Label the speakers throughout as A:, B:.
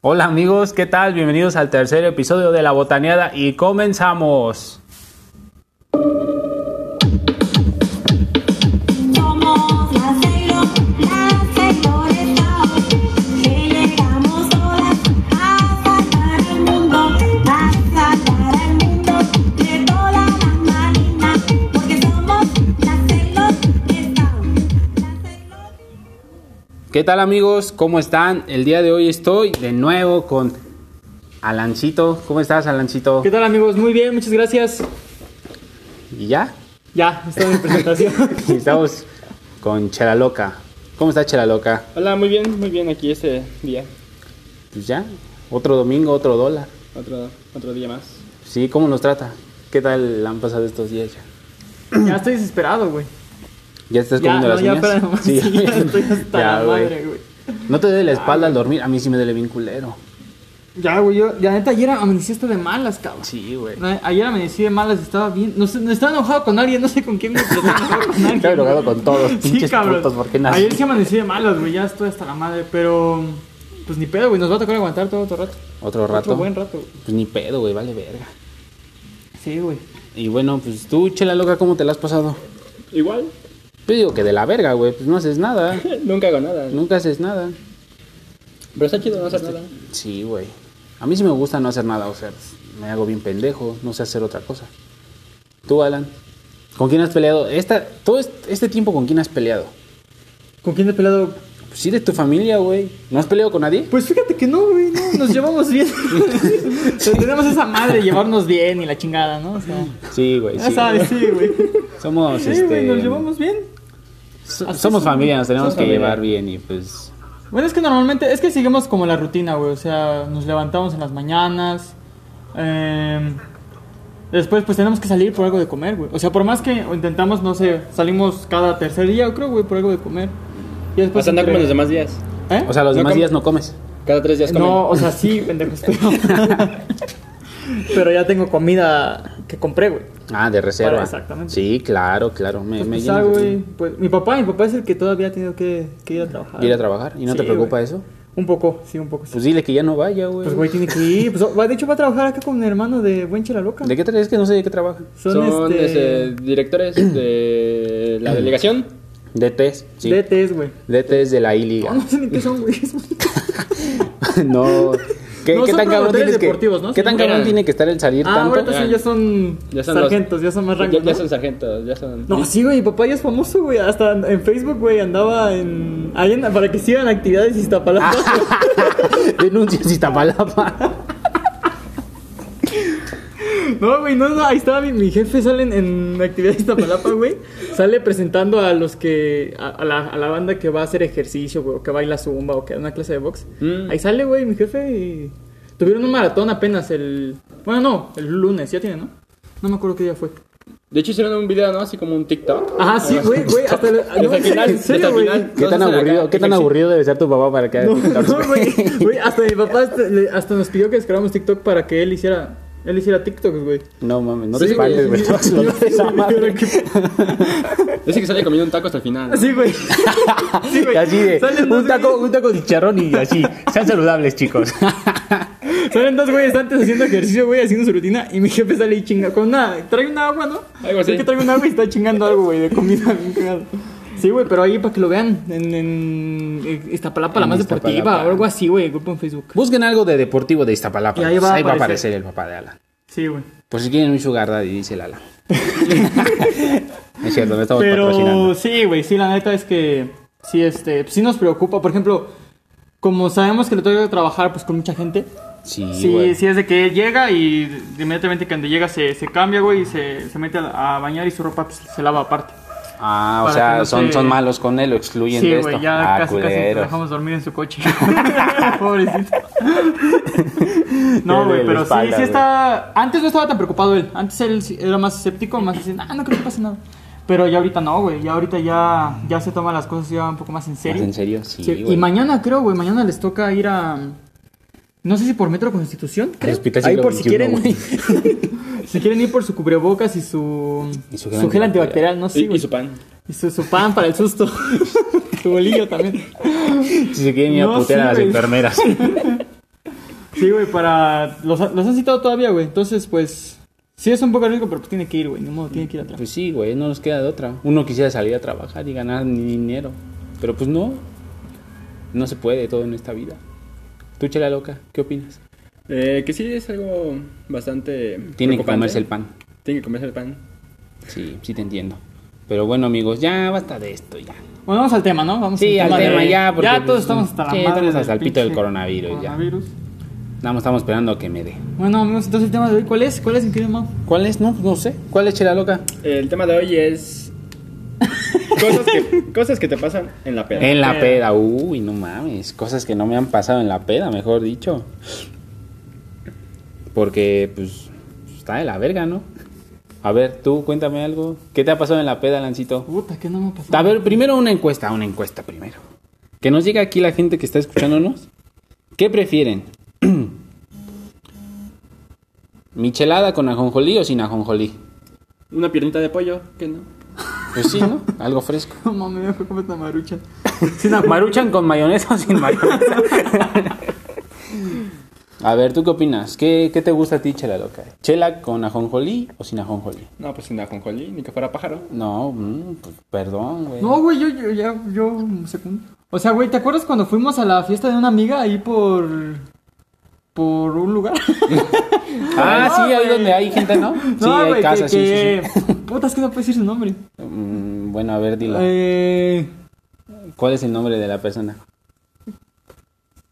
A: Hola amigos, ¿qué tal? Bienvenidos al tercer episodio de La Botaneada y comenzamos.
B: Somos las Taylor, las Taylores Town, que llegamos todas a salvar el mundo, a salvar el mundo de toda la marina, porque somos las Taylor Town.
A: ¿Qué tal amigos? ¿Cómo están? El día de hoy estoy de nuevo con Alancito. ¿Cómo estás Alancito?
C: ¿Qué tal amigos? Muy bien, muchas gracias.
A: ¿Y ya?
C: Ya, está mi presentación.
A: Y Estamos con Chela Loca. ¿Cómo está Chela Loca?
C: Hola, muy bien, muy bien aquí este día.
A: Pues ya, otro domingo, otro dólar.
C: Otro, otro día más.
A: Sí, ¿cómo nos trata? ¿Qué tal han pasado estos días ya?
C: Ya estoy desesperado, güey.
A: ¿Ya estás
C: Ya,
A: comiendo
C: no,
A: las
C: ya,
A: uñas?
C: para, sí, ya estoy hasta
A: Ya,
C: la
A: güey.
C: madre, güey.
A: No te duele la espalda al dormir, a mí sí me duele bien culero.
C: Ya, güey, yo, la neta, ayer amanecí hasta de malas, cabrón.
A: Sí, güey.
C: No, Ayer amanecí de malas, estaba bien. No sé, no estaba enojado con alguien, no sé con quién me pero estaba enojado con alguien.
A: Estaba enojado
C: güey.
A: con todos, pinches putos, ¿por qué nací?
C: Ayer sí amanecí de malas, güey, ya estoy hasta la madre, pero. Pues ni pedo, güey, nos va a tocar aguantar todo otro rato.
A: Otro rato.
C: Otro buen rato, güey.
A: Pues ni pedo, güey, vale verga.
C: Sí, güey.
A: Y bueno, pues tú, Chela Loca, ¿cómo te la has pasado?
D: Igual,
A: Yo digo que de la verga, güey, pues no haces nada.
D: nunca hago nada.
A: Nunca haces nada.
D: Pero está chido no hacer nada.
A: Sí, güey. A mí sí me gusta no hacer nada, o sea, me hago bien pendejo, no sé hacer otra cosa. Tú, Alan, ¿con quién has peleado? Esta, todo est- este tiempo, ¿con quién has peleado?
C: ¿Con quién he peleado?
A: Pues sí, de tu familia, güey. ¿No has peleado con nadie?
C: Pues fíjate que no, güey, no, nos llevamos bien. O sea, tenemos esa madre, llevarnos bien y la chingada, ¿no? O sea,
A: Sí, güey.
C: ya
A: Ah, Sí,
C: sabes, sí, güey.
A: Somos,
C: Sí,
A: este,
C: güey, nos llevamos bien.
A: so- somos
C: así somos.
A: familia, nos tenemos
D: Somos
A: que
D: familia.
A: llevar bien y pues...
C: Bueno, es que normalmente, es que seguimos como la rutina, güey, o sea, nos levantamos en las mañanas, eh, después pues tenemos que salir por algo de comer, güey. O sea, por más que intentamos, no sé, salimos cada tercer día, yo creo, güey, por algo de comer. Y después
D: Hasta andar
C: entre-
D: como en los demás días.
C: ¿Eh?
A: O sea, los
D: No
A: demás
D: com-
A: días no comes.
D: Cada tres días comen.
C: No, o sea, sí, pendejos, pero... pero ya tengo comida que compré, güey.
A: Ah, de reserva.
C: exactamente.
A: Sí, claro, claro. Me,
C: Pues,
A: me
C: pues,
A: llenas
C: ah,
A: de-
C: güey, pues, mi papá, mi papá es el que todavía ha tenido que, que ir a trabajar.
A: ir a trabajar. ¿Y no
C: Sí,
A: te preocupa
C: güey.
A: eso?
C: Un poco, sí, un poco. sí.
A: Pues dile que ya no vaya, güey.
C: Pues güey, tiene que ir. Pues, va- de hecho, va a trabajar acá con un hermano de Buen Chela Loca.
A: ¿De qué tra- Es que no sé de qué trabaja.
C: Son,
D: son
C: este,
D: este, directores de la delegación.
A: DTs, sí.
C: DTs, güey. Ah,
A: DTs de la I-Liga.
C: No sé ni qué son, güey.
A: no. ¿Qué,
C: No
A: qué
C: son
A: tan cabrón
C: promotores
A: tienes que,
C: deportivos, ¿no?
A: ¿Qué tan
D: Eran-
A: cabrón tiene que estar el salir
C: Ah,
A: tanto?
C: ahora también ya son,
D: Ya son los-
C: sargentos, ya son más
D: Ya,
C: rangos,
D: ya
C: ¿no?
D: son sargentos, ya son.
C: No, sí, güey, mi papá ya es famoso, güey. Hasta en Facebook, güey, andaba en... Ahí en- para que sigan actividades Iztapalapa.
A: Denuncias Iztapalapa.
C: No, güey, no, no, ahí estaba mi, mi jefe, sale en, en actividad de Iztapalapa, güey. Sale presentando a los que, a, a la, a la banda que va a hacer ejercicio, güey, o que baila zumba, o que da una clase de box.
D: Mm.
C: Ahí sale, güey, mi jefe y... Tuvieron un maratón apenas el... Bueno, no, el lunes, ya tiene, ¿no? No me acuerdo qué día fue.
D: De hecho, hicieron un video, ¿no? Así como un TikTok.
C: Ajá, sí, güey, güey, hasta... el- no,
D: Desde el
C: en serio,
D: final,
C: en
D: desde
C: serio,
D: el
C: güey.
D: final.
A: ¿Qué tan
D: Entonces,
A: aburrido,
D: acá,
A: qué tan
D: ejercicio.
A: aburrido debe ser tu papá para que haga
C: No,
A: TikToks,
C: no, güey, güey, hasta mi papá hasta, le- hasta nos pidió que descargáramos TikTok para que él hiciera... Él hiciera TikToks, güey.
A: No mames, no
D: Sí,
A: te
D: güey,
A: espantes, güey.
D: sí,
A: Todos los de esa madre.
D: Dice que sale comiendo un taco hasta el final. ¿no?
C: Sí, güey. Sí, güey.
A: Así de,
C: Salen dos
A: un taco,
C: güeyes-
A: un taco de chicharrón y así. Sean saludables, chicos.
C: Salen dos güeyes antes haciendo ejercicio, güey, haciendo su rutina. Y mi jefe sale y chinga con una. Trae una agua, ¿no?
D: Algo así.
C: Es que trae un agua y está chingando algo, güey, de comida. bien cagado. Sí, güey, pero ahí para que lo vean. En, en, en Iztapalapa, la
A: En
C: más deportiva
A: Iztapalapa.
C: o algo así, güey, grupo en Facebook.
A: Busquen algo de deportivo de Iztapalapa.
C: Y ahí va
A: pues
C: a
A: ahí va a aparecer
C: aparecer
A: el papá de Alan.
C: Sí, güey.
A: Por si quieren un sugar daddy, dice Lala. es cierto, no estamos
C: Pero
A: patrocinando.
C: sí, güey, sí, la neta es que sí, este, sí nos preocupa. Por ejemplo, como sabemos que le tengo que trabajar pues con mucha gente.
A: Sí,
C: Sí,
A: güey.
C: sí, es de que llega y inmediatamente cuando llega se, se cambia, güey, y se, se mete a, a bañar y su ropa pues, se lava aparte.
A: Ah, o
C: Para
A: sea,
C: que no
A: son,
C: se-
A: son malos con él, lo excluyen
C: Sí,
A: de esto.
C: güey, ya
A: Ah,
C: casi, casi te
A: culeros.
C: dejamos dormir en su coche. Pobrecito. no,
A: Duele
C: güey,
A: la
C: pero sí,
A: espalda,
C: sí
A: güey.
C: está... Antes no estaba tan preocupado él. Antes él sí era más escéptico, más así, ah, no creo que pase nada. Pero ya ahorita no, güey. Ya ahorita ya, ya se toman las cosas ya un poco más en
A: ¿Más
C: serio.
A: ¿En serio? Sí,
C: Sí,
A: güey.
C: y mañana creo, güey, mañana les toca ir a... No sé si por Metro Constitución, creo.
A: hospital
C: Ahí
A: siglo
C: por si
A: 21,
C: quieren... si quieren ir por su cubrebocas y su...
A: Y su
C: su
A: gel
C: gel,
A: antibacterial.
C: antibacterial, no sé,
D: Y,
C: güey.
D: y su pan.
C: Y su, su pan para el susto. su bolillo también.
A: Si se quieren ir a
C: No,
A: putear
C: sí,
A: a las
C: güey.
A: enfermeras.
C: Sí, güey, para. Los, ha- los han citado todavía, güey. Entonces, pues. Sí, es un poco rico, pero pues tiene que ir, güey. Ni modo, tiene que ir atrás.
A: Pues sí, güey, no nos queda de otra. Uno quisiera salir a trabajar y ganar ni dinero. Pero pues no. No se puede todo en esta vida. Tú, chela loca, ¿qué opinas?
D: Eh, que sí es algo bastante.
A: Tienen que
D: preocupante. ¿eh?
A: comerse el pan.
D: Tienen que comerse el pan.
A: Sí, sí te entiendo. Pero bueno, amigos, ya basta de esto ya.
C: Bueno, vamos al tema, ¿no? Vamos
A: Sí, al
C: de-
A: tema ya, porque,
C: ya todos
A: pues,
C: estamos hasta la
A: sí,
C: madre
A: estamos
C: del
A: hasta el pito del
C: pinche
A: coronavirus, ya.
C: coronavirus.
A: Nada más estamos esperando a que me dé.
C: Bueno, amigos, entonces el tema de hoy, ¿cuál es? ¿Cuál es, mi querido Mau?
A: ¿Cuál es? No, no sé. ¿Cuál es chela loca?
D: El tema de hoy es. cosas, que, cosas que te pasan en la peda.
A: En la
C: peda.
A: peda. Uy, no mames. Cosas que no me han pasado en la peda, mejor dicho. Porque, pues, está de la verga, ¿no? A ver, tú, cuéntame algo. ¿Qué te ha pasado en la peda, Lancito?
C: Puta, ¿qué no me ha pasado?
A: A ver, primero una encuesta, una encuesta primero. Que nos diga aquí la gente que está escuchándonos. ¿Qué prefieren? ¿Michelada con ajonjolí o sin ajonjolí?
D: Una piernita de pollo, que no.
A: Pues sí, ¿no? Algo fresco.
C: No mames, me fue como esta marucha.
A: ¿Maruchan con mayonesa o sin mayonesa? a ver, ¿tú qué opinas? ¿Qué, qué te gusta a ti, Chela Loca? ¿Chela con ajonjolí o sin ajonjolí?
D: No, pues sin ajonjolí, ni que fuera pájaro.
A: No, mm, pues, perdón, güey.
C: No, güey, yo, yo, ya, yo, segundo. O sea, güey, ¿te acuerdas cuando fuimos a la fiesta de una amiga ahí por. por un lugar?
A: ah,
C: No,
A: sí, ahí
C: güey.
A: donde hay gente, ¿no? sí,
C: no,
A: hay
C: güey,
A: casas,
C: que.
A: sí, sí, sí.
C: que... Puta, es que no puedes decir su nombre.
A: Mm, Bueno, a ver, dilo.
C: Eh.
A: ¿Cuál es el nombre de la persona?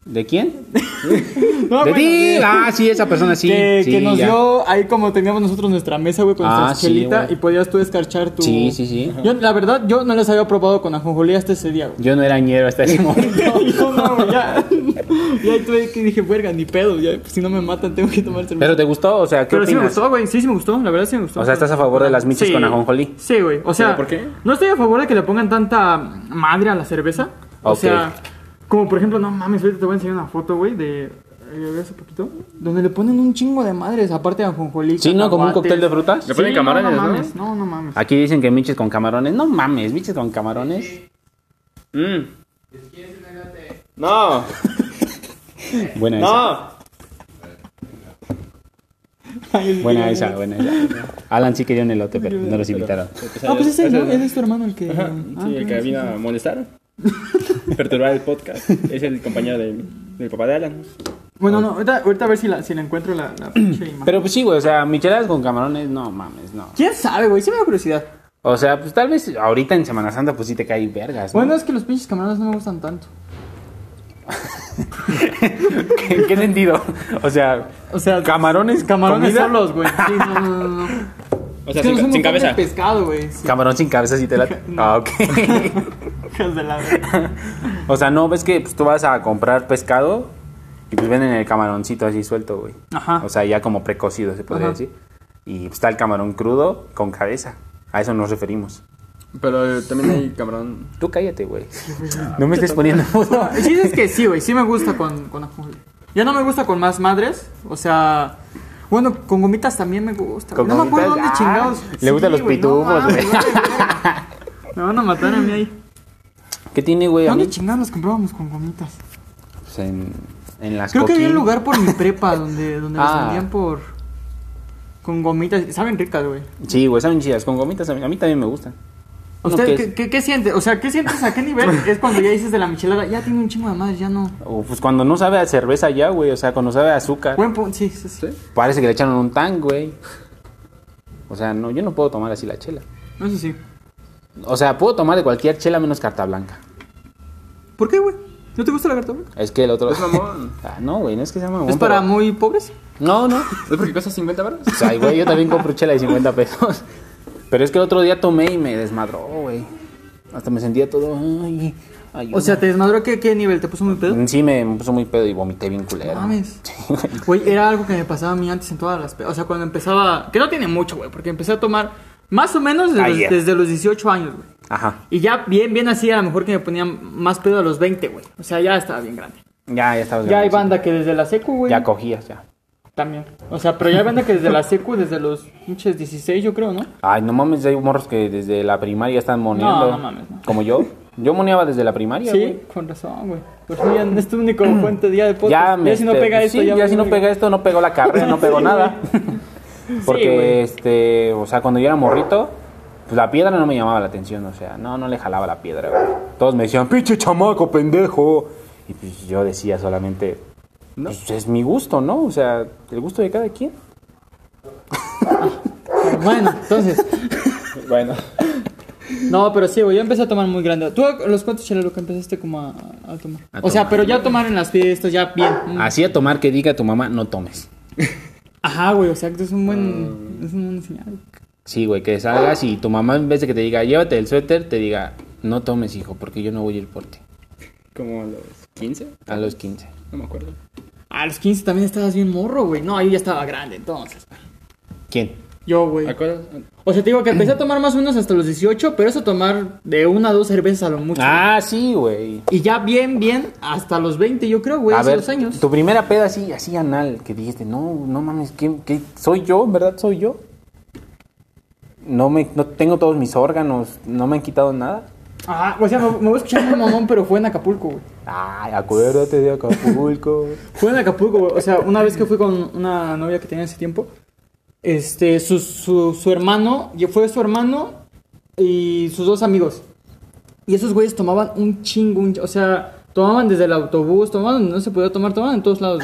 A: ¿De quién?
C: No,
A: de
C: bueno,
A: ti.
C: de-
A: Ah, sí, esa persona sí.
C: que,
A: sí,
C: que nos
A: ya.
C: dio ahí como teníamos nosotros nuestra mesa, güey, con
A: Ah,
C: nuestra
A: sí,
C: chelita
A: güey.
C: y podías tú escarchar tu.
A: Sí, sí, sí.
C: Yo, la verdad, yo no les había probado con ajonjolí hasta ese día, güey.
A: Yo no era ñero hasta ese momento.
C: Yo no, güey, ya. Ya tuve que dije, verga, ni pedo, ya, pues, si no me matan tengo que tomar cerveza.
A: Pero te gustó, o sea, ¿qué
C: Pero sí me
A: opinas?
C: gustó, güey. Sí, sí me gustó. La verdad sí me gustó.
A: O sea, ¿estás a favor de las michis
C: Sí.
A: con ajonjolí?
C: Sí, güey. O sea,
D: ¿Pero por qué?
C: no estoy a favor de que le pongan tanta madre a la cerveza. O
A: Ok.
C: sea, como por ejemplo, no mames, ahorita te voy a enseñar una foto, güey, de eh, hace poquito, donde le ponen un chingo de madres aparte de ajonjolí.
A: Sí, ¿no? Como un
C: cacahuates.
A: cóctel de frutas.
D: Le ponen
C: Sí, no,
D: camarones, ¿no?
C: no mames, no, no mames.
A: Aquí dicen que miches con camarones. No mames, miches con camarones.
D: Mm. No,
A: Buena esa.
D: no.
C: Ay, es
A: Buena
C: que-
A: esa, buena esa. Alan sí quería un elote, pero no los invitaron.
C: Ah, pues ese, ¿no? Ese es tu hermano el que.
D: Ajá,
C: Ah,
D: Mm, sí, el que
C: claro,
D: vino a molestar, perturbar el podcast. Es el compañero del, del papá de Alan.
C: Bueno, no, ahorita, ahorita a ver si la, si la encuentro la, la pinche imagen.
A: Pero pues sí, güey, o sea, micheladas con camarones, no mames, no.
C: ¿Quién sabe, güey? Sí me da curiosidad.
A: O sea, pues tal vez ahorita en Semana Santa pues sí te caen vergas, ¿no?
C: Bueno, es que los pinches camarones no me gustan tanto.
A: ¿en qué sentido? O sea,
C: O sea,
A: Camarones,
C: camarones
A: comida.
C: solos, güey. Sí, no, no, no, no.
D: O
C: Es que no
D: sea,
C: soy
D: sin, sin
C: muy fan
D: cabeza.
C: de pescado, güey. Sí.
A: camarón sin cabeza sí te la... Ah, ok.
C: Hijas de la verga.
A: O sea, no, ves que pues, tú vas a comprar pescado y pues venden el camaroncito así suelto, güey.
C: Ajá.
A: O sea, ya como precocido, se podría
C: Ah. Ajá.
A: decir. Y pues, está el camarón crudo con cabeza. A eso nos referimos.
D: Pero eh, también hay camarón.
A: Tú cállate, güey. No me estés poniendo mudo.
C: El chiste es que sí, güey. Sí me gusta con, con ajonjolí. Ya no me gusta con más madres. O sea. Bueno, con gomitas también me gusta.
A: Con
C: güey. no me acuerdo dónde
A: gomitas, ah,
C: chingados.
A: le gustan los
C: güey, no
A: pitufos,
C: mames,
A: güey.
C: vale verga. Me van a matar a mí ahí.
A: ¿Qué tiene, güey? A mí,
C: ¿Dónde chingados nos comprábamos con gomitas?
A: pues, en, en las
C: Creo que había un
A: Coquín.
C: lugar por mi prepa donde, donde los
A: Ah.
C: vendían por. Con gomitas. Saben ricas, güey.
A: Sí, güey, saben chidas. Con gomitas a mí, a mí también me gustan. Uno
C: ¿Usted
A: que
C: qué,
A: es-
C: qué- qué siente? O sea, ¿qué sientes? ¿A qué nivel es cuando ya dices de la michelada? Ya tiene un chingo de madre, ya no.
A: O, pues cuando no sabe a cerveza ya, güey. O sea, cuando sabe a azúcar.
C: Buen punto, sí, sí, sí.
A: Parece que le echaron un tan, güey. O sea, no, yo no puedo tomar así la chela.
C: No sé sí.
A: O sea, puedo tomar de cualquier chela menos carta blanca.
C: ¿Por qué, güey? ¿No te gusta la carta?
A: Es que el otro.
D: Es mamón.
A: ah, no, güey, no es que sea mamón.
C: ¿Es para
A: pero-
C: muy pobres?
A: No, no.
D: ¿Es porque cuesta 50 baros?
A: O sea, güey, yo también compro chela de 50 pesos. Pero es que el otro día tomé y me desmadró, güey. Hasta me sentía todo. Ay, ay,
C: O sea, ¿te desmadró qué, qué nivel? ¿Te puso muy pedo?
A: no. Sí, me puso muy pedo y vomité bien culero.
C: Mames.
A: Sí, güey.
C: Güey, era algo que me pasaba a mí antes en todas las... pe- O sea, cuando empezaba... Que no tiene mucho, güey, porque empecé a tomar más o menos desde,
A: Ayer.
C: los, desde los 18 años, güey.
A: Ajá.
C: Y ya bien, bien así, a lo mejor que me ponían más pedo a los 20, güey. O sea, ya estaba bien grande.
A: Ya, ya estabas.
C: Ya hay
A: grandecito.
C: banda que desde la secu, güey.
A: Ya cogías, ya.
C: También. O sea, pero ya hay banda que desde la secu, desde los pinches 16, yo creo, ¿no?
A: Ay, no mames, hay morros que desde la primaria están moneando.
C: No, no mames, no.
A: Como yo. Yo moneaba desde la primaria,
C: Sí,
A: güey.
C: con razón, güey. Mm. Por fin ya es tu único fuente de día de podcast.
A: Ya, me,
C: si no
A: este,
C: pega
A: sí,
C: esto,
A: ya,
C: valió
A: si no
C: verga.
A: pega esto, no pegó la carrera, no pegó
C: Sí,
A: nada. Porque,
C: güey.
A: este, o sea, cuando yo era morrito, pues la piedra no me llamaba la atención, o sea, no, no le jalaba la piedra, güey. Todos me decían, pinche chamaco, pendejo. Y pues yo decía solamente, pues es mi gusto, ¿no? O sea, el gusto de cada quien.
C: Bueno, entonces.
D: Bueno,
C: No, pero sí, güey. Yo empecé a tomar muy grande. ¿Tú a los cuantos chela lo que empezaste como a, a tomar?
A: A
C: o sea,
A: tomar. Ah.
C: pero ya a tomar en las fiestas, ya bien. Mm.
A: Así a tomar que diga tu mamá, no tomes.
C: Ajá, güey. O sea, que es un buen.
A: Mm.
C: Es un buen señal.
A: Sí, güey, que salgas y tu mamá en vez de que te diga, llévate el suéter, te diga, no tomes, hijo, porque yo no voy a ir por ti.
D: como a los 15,
A: A los 15.
D: no me acuerdo.
C: A los 15 también estabas bien morro, güey. No, yo ya estaba grande, entonces.
A: ¿Quién?
C: Yo, güey.
D: ¿Acuerdas?
C: O sea, te digo que empecé a tomar más o menos hasta los 18, pero eso tomar de una a dos cervezas a lo mucho.
A: Ah, sí, güey.
C: Y ya bien, bien, hasta los 20, yo creo, güey,
A: A
C: hace
A: ver,
C: dos años.
A: tu primera peda así, así anal, que dijiste, no, no mames, ¿qué, qué- soy yo? ¿En verdad soy yo? No, me, no tengo todos mis órganos, no me han quitado nada.
C: Ajá, Ah, o sea, me, me voy a escuchar muy mamón, pero fue en Acapulco, güey.
A: Ay, acuérdate de Acapulco.
C: Fue en Acapulco, güey. O sea, una vez que fui con una novia que tenía ese tiempo, este, su, su, su hermano, y fue su hermano y sus dos amigos. Y esos güeyes tomaban un chingo, un ch- o sea, tomaban desde el autobús, tomaban donde no se podía tomar, tomaban en todos lados,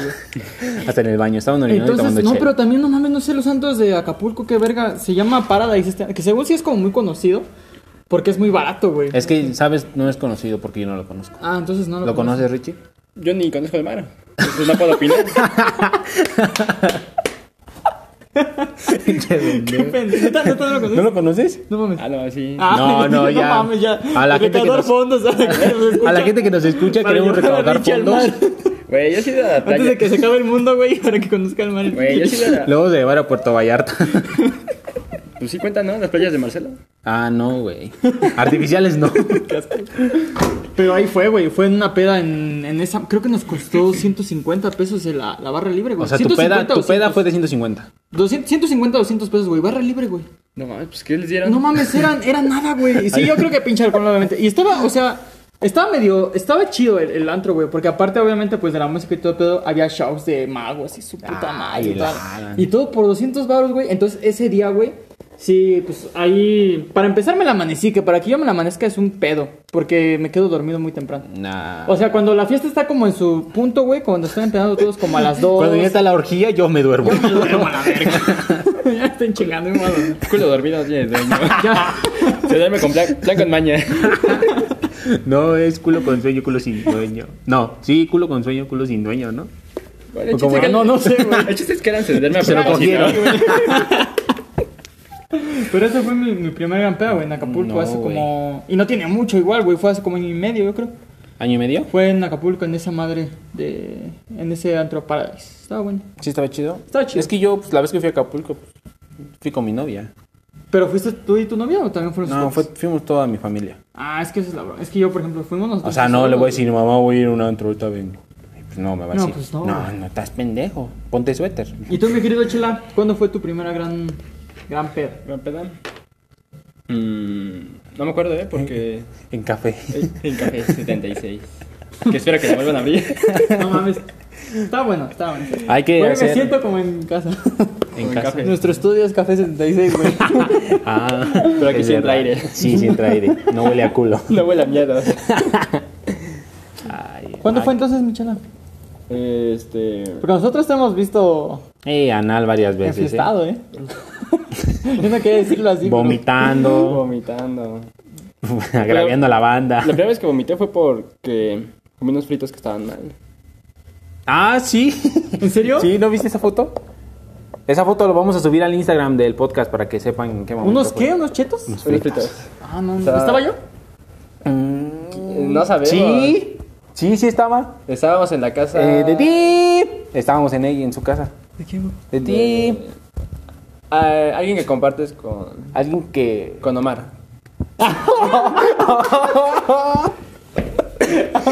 C: güey.
A: Hasta en el baño, estaban orinando y tomando
C: Entonces, no,
A: chela.
C: pero también, no mames, no sé, los santos de Acapulco, qué verga, se llama Paradise, este- que según sí es como muy conocido, porque es muy barato, güey.
A: Es que, ¿sabes? No es conocido porque yo no lo conozco.
C: Ah, entonces no lo,
A: ¿Lo
C: conozco.
A: conoces, Richie?
D: Yo ni conozco el mar, entonces no puedo opinar.
C: Qué pendejo, neta, neta, no lo conoces.
A: ¿No lo conoces?
C: No mames.
D: Ah, no, sí.
C: Ah,
A: No, no, ya.
C: mames, ya.
A: A la gente que
C: Recaudar
A: nos-
C: fondos, a la gente que nos
A: A la
C: escucha.
A: gente que nos escucha
C: Para
A: queremos
C: llevar a
A: recaudar
C: Richie al
A: fondos.
C: mar.
D: Güey, yo sí de la
C: Antes
D: talla.
C: de que se acabe el mundo, güey, para que conozca el mar.
D: Güey, yo sí de la...
A: Luego de llevar a Puerto Vallarta.
D: Pues sí cuentan, ¿no? Las playas de Marcelo.
A: ah, no, güey. Artificiales no.
C: Pero ahí fue, güey. Fue en una peda en, en esa. Creo que nos costó 150 pesos el- la, la barra libre, güey.
A: O sea, tu peda,
C: 150
A: tu peda
C: 200.
A: fue de 150.
C: 200, 150 o 200 pesos, güey. Barra libre, güey.
D: No mames, pues ¿qué les dieron?
C: No mames, eran, era nada, güey. Sí, yo creo que pinche alcohol, obviamente. Y estaba, o sea, estaba medio, estaba chido el, el antro, güey. Porque aparte, obviamente, pues de la música y todo el pedo, había shows de magos y su puta
A: Ay,
C: madre. Y, tal.
A: Ah, la-
C: y todo por 200 baros, güey. Entonces, ese día, güey, sí, pues ahí. Para empezar, me la amanecí, que para que yo me la amanezca es un pedo. Porque me quedo dormido muy temprano.
A: Nah.
C: O sea, cuando la fiesta está como en su punto, güey, cuando están empezando todos como a las 2.
A: Cuando ya está la orgía, yo me duermo.
C: ya están chingando, güey.
D: Culo dormido tiene dueño.
C: Ya.
D: Se duerme con plan, plan con maña.
A: No, es culo con sueño, culo sin dueño. No, sí, culo con sueño, culo sin dueño, ¿no?
D: Bueno, el
A: Como
D: chiste es que
A: que
C: no, no sé, güey.
D: El chiste es que eran se duerme a
A: Se lo
D: propósito.
A: cogieron.
C: Pero ese fue mi, mi primer gran pedo, güey, en Acapulco,
A: No,
C: hace
A: güey.
C: como... Y no tiene mucho igual, güey, fue hace como año y medio, yo creo.
A: ¿Año y medio?
C: Fue en Acapulco, en esa madre de... En ese antro Paradise. Estaba bueno.
A: Sí, estaba chido.
C: Estaba chido.
A: Es que yo, pues, la vez que fui a Acapulco, pues, fui con mi novia.
C: ¿Pero fuiste tú y tu novia o también fueron sus
A: No,
C: papás?
A: fue- fuimos toda mi familia.
C: Ah, es que esa es la broma. Es que yo, por ejemplo, fuimos
A: O
C: nosotros.
A: sea, no
C: solos,
A: le voy a
C: güey.
A: decir, mamá, voy a ir a un antro, ahorita vengo. Y, Pues no, me va a
C: pues, No,
A: decir.
C: pues, no,
A: no,
C: güey.
A: no, estás pendejo. Ponte suéter.
C: Y tú, mi querido Chela, ¿cuándo fue tu primera gran... Gran pedo?
D: Gran pedal. Mm, no me acuerdo, ¿eh? Porque...
A: En café.
D: En café 76. Que espero que la vuelvan a abrir.
C: No mames. Está bueno, está bueno.
A: Hay que
C: Güey,
A: hacer-
C: me siento como en casa.
A: En
D: en
A: casa.
D: café.
C: Nuestro estudio es Café 76, güey.
A: Ah,
D: Pero aquí
A: es
D: sí entra
A: verdad.
D: aire.
A: Sí, sí entra aire. No huele a culo.
D: No huele a miedo.
A: Ay,
C: ¿Cuándo
A: ay.
C: fue entonces, mi Chela?
D: Este...
C: Porque nosotros te hemos visto
A: Eh, anal varias veces. eh.
C: Enfiestado, ¿eh? Yo no quería decirlo así. pero-
A: Vomitando,
D: Vomitando.
A: agraviando a la banda.
D: La primera vez que vomité fue porque comí unos fritos que estaban mal.
A: Ah, sí.
C: ¿En serio?
A: ¿Sí? ¿No viste esa foto? Esa foto lo vamos a subir al Instagram del podcast para que sepan en qué momento.
C: ¿Unos
A: fue.
C: qué? ¿Unos chetos?
D: Unos fritos.
C: Ah, no, no.
D: sea-
C: ¿Estaba yo?
D: No sabemos.
A: Mm, Sí, sí, sí estaba.
D: Estábamos en la casa...
A: Eh, de ti. Estábamos en ella, en su casa.
C: ¿De qué, güey?
A: De ti.
D: Ah, alguien que compartes con,
A: Alguien que.
D: con Omar.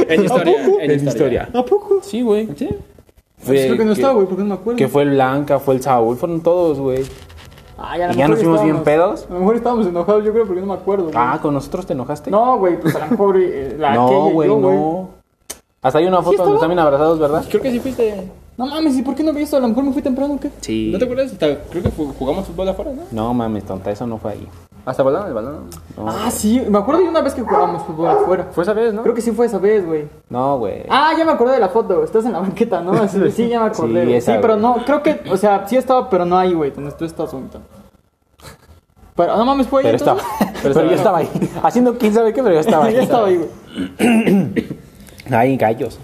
D: en historia. En, historia.
C: ¿A poco?
A: Sí, güey.
D: ¿Sí?
A: Fue
C: Pues creo que no estaba, güey, porque no me acuerdo.
A: Que fue el Blanca, fue el Saúl, fueron todos, güey.
C: Ay, Ah, a lo
A: ¿Y ya
C: mejor
A: nos fuimos bien
C: estábamos-
A: pedos?
C: A lo mejor estábamos enojados, yo creo, porque no me acuerdo. güey.
A: Ah, ¿con nosotros te enojaste?
C: No, güey, pues a lo mejor eh, la
A: No,
C: aquella y
A: güey,
C: yo,
A: no. Hasta hay una foto donde
C: estaba?
A: están bien abrazados, ¿verdad?
D: Creo que sí fuiste.
C: No mames, ¿y por qué no vi eso? A lo mejor me fui temprano, ¿o qué?
A: Sí.
D: ¿No te acuerdas? Hasta- Creo que fu- jugamos fútbol afuera, ¿no?
A: No mames, tonta, eso no fue ahí.
D: Hasta balaban el balón.
A: No.
C: Ah, sí, me acuerdo de una vez que jugábamos fútbol afuera.
D: Fue esa vez, ¿no?
C: Creo que sí fue esa vez, güey.
A: No, güey.
C: Ah, ya me acordé de la foto, estás en la banqueta, ¿no? Así de, sí, ya me acordé.
A: Sí,
C: güey. Sí,
A: esa,
C: pero
A: güey.
C: no, creo que, o sea, sí estaba, pero no ahí, güey, donde tú estás ahorita. Pero, no mames, fue ahí.
A: pero estaba,
C: entonces?
A: pero, yo estaba ahí. Haciendo quién sabe qué, pero yo estaba ahí.
C: Ya estaba ahí, güey.
A: Ay, gallos.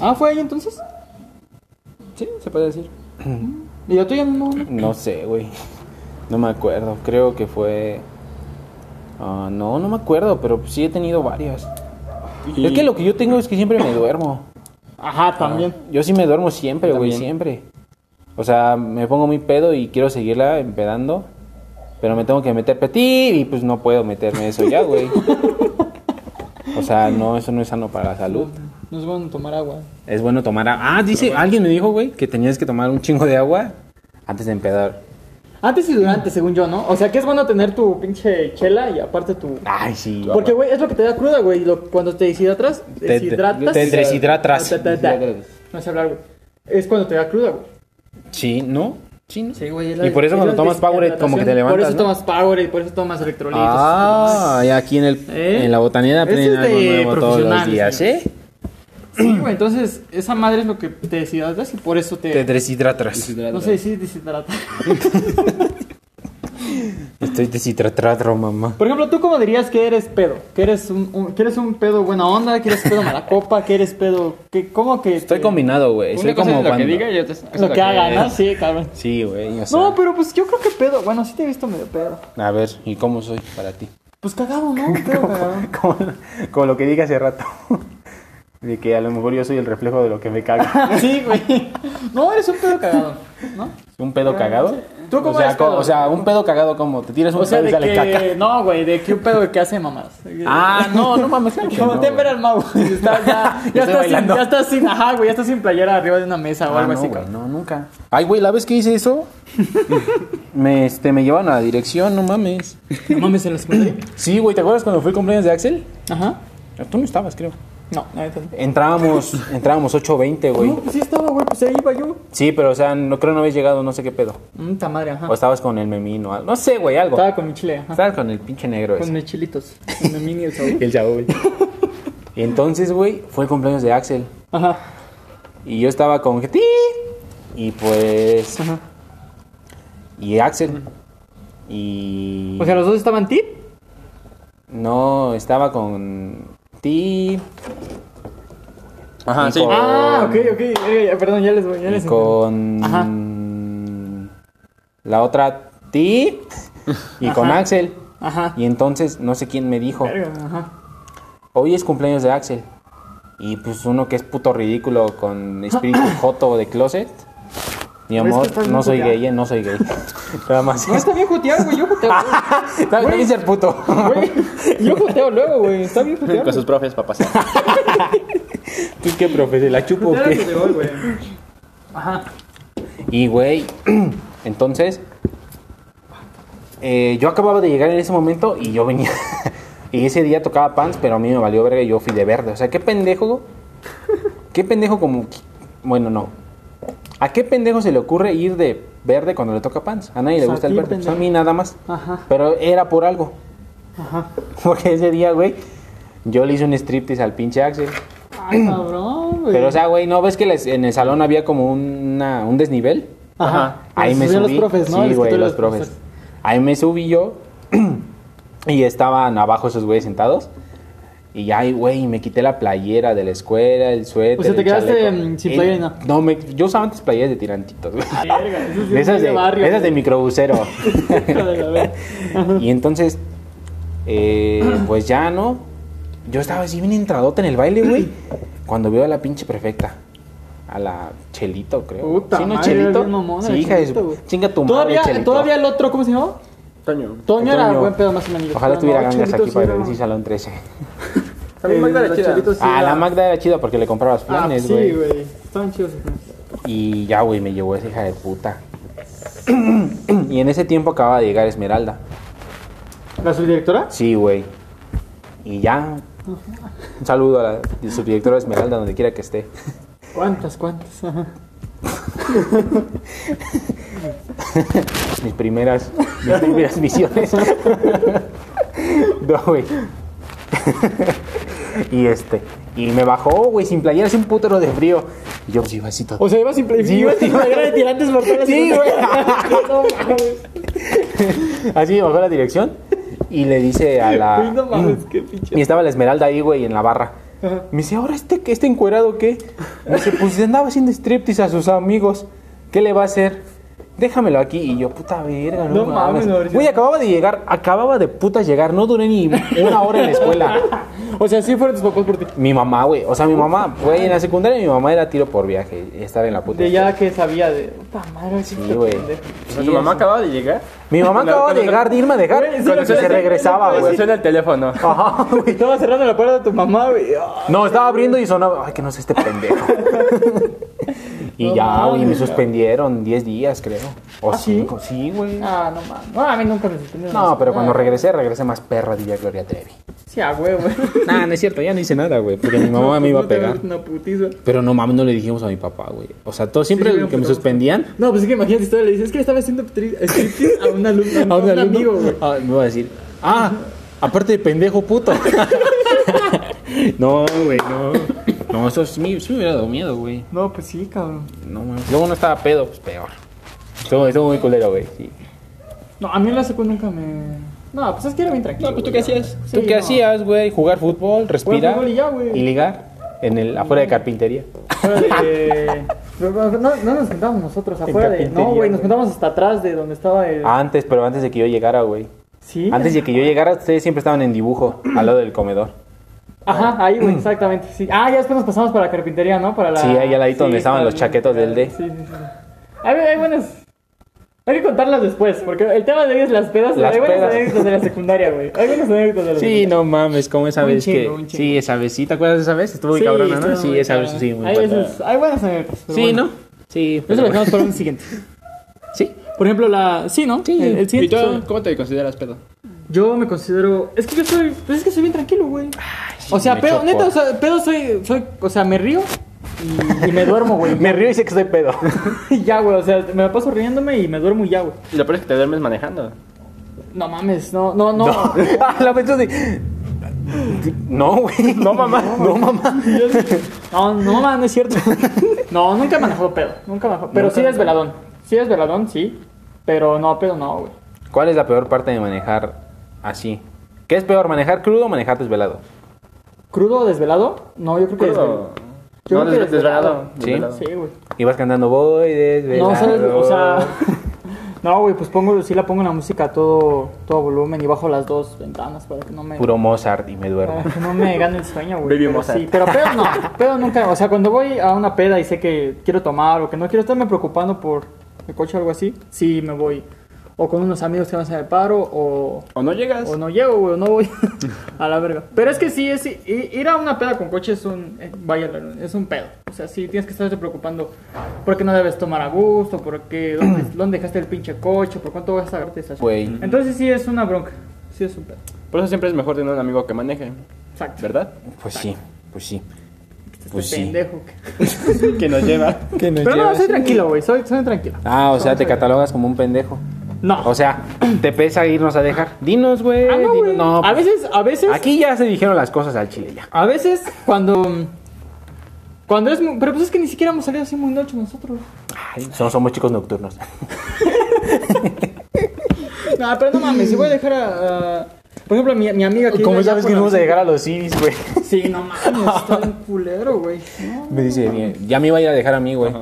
C: Ah, fue ahí entonces.
D: Sí, se puede decir.
C: Y la tuya no. no.
A: No sé, güey. No me acuerdo. Creo que fue. Ah, no, no me acuerdo, pero sí he tenido varias. Es que lo que yo tengo es que siempre me duermo.
C: Ajá, también.
A: Yo sí me duermo siempre, güey,
D: también.
A: siempre. O sea, me pongo muy pedo y quiero seguirla empedando. Pero me tengo que meter petit y pues no puedo meterme eso ya, güey. O sea, no, eso no es sano para la salud.
C: Nos van a tomar agua.
A: Es bueno tomar agua. Ah, dice, alguien me dijo, güey, que tenías que tomar un chingo de agua antes de empedar.
C: Antes y durante, según yo, ¿no? O sea, que es bueno tener tu pinche chela y aparte tu.
A: Ay, sí.
C: Porque, güey, es lo que te da cruda, güey. y lo- Cuando te deshidratas,
A: te,
C: deshidratas.
A: te deshidratas.
C: No, te- te- te- No sé hablar, güey. Es cuando te da cruda, güey.
A: Sí, ¿no? Sí, ¿no?
C: Sí, güey. es la-
A: Y por eso
C: es
A: cuando
C: la
A: tomas Powerade como que te
C: deshidratación.
A: levantas,
C: Por eso
A: ¿no?
C: tomas Powerade, por eso tomas electrolitos.
A: Ah, y aquí en, el,
C: ¿Eh?
A: en la botanía
C: Eso es
A: aprenden algo
C: de
A: nuevo todos los
C: profesionales,
A: días,
C: señor.
A: ¿eh?
C: Sí, güey. Entonces, esa madre es lo que te deshidratas y por eso te.
A: Te deshidratas.
C: no sé si deshidratas.
A: Estoy deshidratado, mamá.
C: Por ejemplo, ¿tú cómo dirías que eres pedo? ¿Que eres un, un- que eres un pedo buena onda? ¿Que eres pedo mala copa? ¿Que eres pedo...? Que, ¿Cómo que...?
A: Estoy
C: te-
A: combinado, güey. Soy
D: Una cosa
A: como
D: es lo
A: cuando...
D: que diga y otra es- es
C: Lo que haga, ¿no?
D: es.
C: Sí, cabrón.
A: Sí, güey. o sea,
C: No, pero pues yo creo que pedo... Bueno, sí te he visto medio pedo.
A: A ver, ¿y cómo soy para ti?
C: Pues cagado, ¿no? Pedo cagado.
A: Como, como lo que dije hace rato. De que a lo mejor yo soy el reflejo de lo que me caga.
C: sí, güey. No, eres un pedo cagado, ¿no?
A: ¿Un pedo cagado?
C: ¿Tú cómo
A: o sea,
C: eres
A: co-
C: pedo?
A: O sea, un pedo cagado como te tiras un
C: O sea,
A: pedo y
C: de
A: sale
C: que... No, güey, de que un pedo de que hace mamás.
A: Ah, no, no mames, claro que
C: Como
A: no,
C: te
A: güey.
C: ver al mago. Está, ya,
A: Ya estoy
C: ya, está sin,
A: bailando.
C: ya está sin... Ajá, güey, ya está sin playera arriba de una mesa o
A: Ah,
C: algo
A: no,
C: así.
A: güey,
C: cabrón.
A: no, nunca. Ay, güey, la vez que hice eso, me, este, me llevaron a la dirección, no mames.
C: No mames, en la escuela.
A: Sí, güey, ¿te acuerdas cuando fue el cumpleaños de Axel?
C: Ajá.
A: Tú no estabas, creo.
C: No, no entendí.
A: Entrábamos, entrábamos 8.20, güey.
C: No, pues sí estaba, güey, pues ahí iba yo.
A: Sí, pero o sea, no creo no habías llegado, no sé qué pedo.
C: Puta Mm, madre, ajá.
A: O estabas con el memino, al- no sé, güey, algo.
C: Estaba con mi chile, ajá.
A: Estabas con el pinche negro
C: Con
A: ese.
C: mis chilitos. Con mi mini el sabor.
A: El chavo, güey. Y entonces, güey, fue el cumpleaños de Axel.
C: Ajá.
A: Y yo estaba con ti. Y pues.
C: Ajá.
A: Y Axel. Y.
C: O sea, los dos estaban tip.
A: No, estaba con ti. Ajá,
D: sí.
A: Oh.
C: Ah, ok, ok. eh, perdón, ya les voy, ya les
A: con
C: Ajá.
A: la otra ti y con
C: Ajá.
A: Axel.
C: entendí. Ajá.
A: Y entonces no sé quién me dijo,
C: Verga, ajá.
A: hoy es cumpleaños de Axel. Y pues uno que es puto ridículo con espíritu joto de closet. Mi
C: Pero es que
A: amor,
C: estás
A: no
C: muy
A: soy
C: puteado.
A: gay, eh, no soy gay. Nada más.
C: No está bien joteado, güey. Yo joteo.
A: Está bien ser puto.
C: Güey, yo joteo luego, güey. Está bien joteado.
D: Con sus profes para pasar.
A: ¿Tú qué profe? ¿Se la chupo o
C: Jotear
A: qué?
C: es lo de hoy, güey. Ajá.
A: Y güey, entonces eh, yo acababa de llegar en ese momento y yo venía. y ese día tocaba pants, pero a mí me valió verga y yo fui de verde. O sea, qué pendejo. Qué pendejo como. Bueno, no. ¿A qué pendejo se le ocurre ir de verde cuando le toca pants? A nadie
C: O
A: le
C: sea,
A: gusta
C: a
A: el
C: ti,
A: verde. pues, a
C: pendejo.
A: mí nada más.
C: Ajá.
A: Pero era por algo.
C: Ajá.
A: Porque ese día, güey, yo le hice un striptease al pinche Axel.
C: Ay, cabrón, güey.
A: Pero, o sea, güey, ¿no ves que les- en el salón había como una- un desnivel?
C: Ajá.
A: Ahí me
C: Subían
A: subí.
C: Pues los profes, ¿no?
A: Sí,
C: Los
A: güey,
C: tutores,
A: los profes. Ahí me subí yo y estaban abajo esos güeyes sentados. Y ya, ay, güey, me quité la playera de la escuela, el suéter.
C: O sea, te
A: el
C: quedaste,
A: chaleco.
C: mm, sin
A: Y-
C: playera y nada.
A: No, me, yo usaba antes playeras de tirantitos, güey.
C: Verga, eso sí
A: De
C: es
A: esas
C: muy
A: de,
C: barrio,
A: de esas de
C: güey.
A: microbusero.
C: Hijo de la verga. Ajá.
A: y entonces, eh, pues ya, ¿no? Yo estaba así bien entradote en el baile, güey. cuando veo a la pinche perfecta. A la Chelito, creo.
C: Puta
A: ¿Sí, no,
C: madre,
A: Chelito?
C: eres bien mamona,
A: sí, hija de su-
C: Chelito, güey.
A: Chinga tu madre,
C: Todavía,
A: Chelito.
C: todavía el otro, ¿cómo se llamaba?
D: Toño.
C: Toño era
A: Toño.
C: buen pedo más o menos.
A: Ojalá estuviera
C: tuviera
A: gangas aquí para decir Salón 13.
D: También Magda era chida.
A: ah, la Magda era chida porque le comprabas
C: Ah,
A: planes,
C: sí,
A: güey.
C: güey. Estaban chidos. los planes.
A: y ya, güey, me llevó esa hija de puta. y en ese tiempo acababa de llegar Esmeralda.
C: ¿La subdirectora?
A: Sí, güey. Y ya. Un saludo a la subdirectora Esmeralda, donde quiera que esté.
C: ¿Cuántas, cuántas? Ajá.
A: mis primeras, mis primeras misiones. no, güey. y este. Y me bajó, güey, sin playera, sin putero de frío. Y yo pues iba así todo.
C: O sea, iba sin play.
A: Sí,
C: iba
A: güey.
C: sin playera de tirantes mortales.
A: Sí, güey.
C: No mames.
A: Así me bajó la dirección. Y le dice a la.
C: Uy, no mames,
A: mm.
C: qué pinche.
A: Y estaba la esmeralda ahí, güey, en la barra.
C: Ajá.
A: Me dice, ¿ahora este, este encuerado qué? Me dice, pues andaba haciendo striptease a sus amigos. ¿Qué le va a hacer? Déjamelo aquí. Y yo, puta verga, no,
C: No mames,
A: mames.
C: Mauricio.
A: Güey, acababa de llegar, acababa de putas llegar. No duré ni una hora en la escuela.
C: O sea, sí fueron tus papás por ti.
A: Mi mamá, güey. O sea, mi mamá, güey, en la secundaria mi mamá era tiro por viaje. Estaba en la puta.
C: De ya que sabía de. Puta madre, sí,
A: Sí, güey.
D: O sea, tu mamá acababa de llegar.
A: Mi mamá
D: Cuando-
A: acababa de
D: cuando-
A: llegar, de irme a dejar. Ah.
C: Güey, sí,
A: cuando
C: lo que
A: se
C: le-
A: regresaba,
C: lo
A: güey.
C: que
D: Cuando suena el teléfono.
A: Ajá, güey.
C: Estaba cerrando la puerta de tu mamá, güey. Ah.
A: No, estaba abriendo y sonaba. Ay, que no sé este pendejo. y
C: No
A: ya, güey, me
C: mames.
A: suspendieron 10 días, creo. O
C: ¿Ah, sí?
A: 5, sí, güey.
C: Ah, no mames. No, a mí nunca me suspendieron.
A: No, pero cuando
C: Ah,
A: regresé, regresé más perra, diría Gloria Trevi.
C: Sí, a huevo.
A: Nah, no es cierto, ya no hice nada, güey, porque mi mamá me iba a
C: No te
A: pegar.
C: metes Una putiza.
A: Pero no mames, no le dijimos a mi papá, güey. O sea, todo siempre
C: Sí,
A: que me
C: pero-
A: suspendían.
C: No, pues es que imagínate, todavía le dices, es que estaba haciendo tri- striptease a un alumno, a un,
A: alumno,
C: amigo, güey.
A: ah, me iba a decir, ah, aparte de pendejo puto. no, güey, no. No, eso sí, me- sí me hubiera dado miedo, güey.
C: No, pues sí, cabrón.
A: No mames. Luego no estaba pedo, pues peor. Estuvo, estuvo muy culero, güey. sí.
C: No, a mí en la secu nunca me... No, pues es que era bien tranquilo.
D: No, pues tú qué hacías.
A: ¿Tú qué
C: no.
A: hacías, güey? Jugar fútbol, respirar.
C: fútbol y ya, güey.
A: y ligar en el, afuera de carpintería.
C: Fuera de... Pero, pero, No, no nos juntábamos nosotros afuera de... No,
A: carpintería,
C: güey, nos
A: güey.
C: juntábamos hasta atrás de donde estaba el...
A: Antes, pero antes de que yo llegara, güey.
C: sí.
A: Antes de que yo llegara, ustedes siempre estaban en dibujo, al lado del comedor.
C: Ajá, ahí, güey, exactamente, sí. Ah, ya después nos pasamos para la carpintería, ¿no? Para la...
A: Mm. Sí, ahí al ladito donde estaban los
C: claro.
A: chaquetos del D.
C: Sí, sí, sí. Hay, hay buenas... Hay que contarlas después, porque el tema de hoy es las pedas.
A: Las
C: hay buenas
A: pedas.
C: anécdotas de la secundaria, güey. Hay buenas anécdotas de la
A: Sí,
C: secundaria.
A: no mames, como esa
C: Un
A: vez
C: chingo,
A: que.
C: un chingo.
A: Sí, esa vez, ¿sí? ¿Te acuerdas de esa vez? Estuvo muy cabrona, ¿no?
C: estuvo
A: Sí,
C: muy
A: esa vez,
C: cabrona.
A: sí, muy
C: hay,
A: cabrona.
C: veces- hay buenas anécdotas. pero
A: Sí,
C: bueno.
A: ¿no? Sí,
C: Eso
A: pero
C: lo
A: bueno.
C: dejamos para un siguiente.
A: Sí.
C: Por ejemplo, la. Sí, ¿no?
A: Sí.
C: El, el
D: ¿Y
C: siguiente.
D: tú cómo te consideras pedo?
C: Yo me considero. Es que yo soy. Pues es que soy bien tranquilo, güey. o sea,
A: me
C: pedo,
A: choco.
C: neta, o sea, pedo soy. soy o sea, me río y, y me duermo, güey.
A: Me río y sé que estoy pedo.
C: Y ya, güey. O sea, me la paso riéndome y me duermo y ya, güey.
D: Y lo peor es que te duermes manejando.
C: No mames, no, no, no.
A: Ah, la pensó así. No, güey. No, mamá. No, mamá.
C: Yo sí- No, no, man, no es cierto. No, nunca he manejado pedo. Nunca he manejado. Pero
A: Nunca.
C: sí desveladón. Sí desveladón, sí. Pero no, pedo no, güey.
A: ¿Cuál es la peor parte de manejar así? ¿Qué es peor, manejar crudo o manejar desvelado?
C: ¿Crudo o desvelado? No, yo creo que desvelado.
D: Crudo.
C: Yo
D: No,
C: creo que
D: des- desvelado.
A: Sí.
D: desvelado.
C: Sí, güey.
A: Y vas cantando, voy
C: No,
A: desvelado.
C: o sea, o sea, no, güey, pues pongo, sí la pongo la música a todo, todo volumen y bajo las dos ventanas para que no me,
A: Puro Mozart y me duermo.
C: para que no me gane el sueño, güey.
D: Baby
C: Pero
D: Mozart.
C: Sí, pero pedo no, pedo nunca, o sea, cuando voy a una peda y sé que quiero tomar o que no quiero estarme preocupando por el coche o algo así, sí me voy o con unos amigos que van a hacer el paro o
D: ¿O no llegas?
C: o no llego, güey, o no voy a la verga. Pero es que sí, es, i- ir a una peda con coche es un, eh, vaya, la verdad, es un pedo. O sea, sí, tienes que estarte preocupando por qué no debes tomar a gusto, por qué, dónde, dónde dejaste el pinche coche, por cuánto vas a agarrarte esa
A: Güey.
C: Entonces sí es una bronca, sí es un pedo.
D: Por eso siempre es mejor tener un amigo que maneje,
C: Exacto.
D: ¿verdad?
A: Pues sí, pues sí.
C: Este
A: Pues sí.
C: pendejo. que-
D: que nos lleva.
C: Pero no, soy tranquilo, güey, soy, soy tranquilo.
A: Ah, o sea, te catalogas como un pendejo.
C: No.
A: O sea, te pesa irnos a dejar. Dinos, güey.
C: Ah, no,
A: dinos.
C: güey.
A: No,
C: a
A: pues,
C: veces, a veces...
A: Aquí ya se dijeron las cosas al chile ya.
C: A veces cuando... Cuando es... muy- Pero pues es que ni siquiera hemos salido así muy noche nosotros.
A: Ay, somos, somos chicos nocturnos.
C: No, pero no mames, si voy a dejar a. a- por ejemplo, mi, mi amiga que.
A: ¿Cómo
C: vive allá
A: sabes
C: por
A: que
C: la
A: vamos a
C: Vicente-
A: llegar a los civis, güey?
C: Sí, no mames, está bien culero, güey. No.
A: Me dice, "Bien, ya me iba a ir a dejar a mí, güey.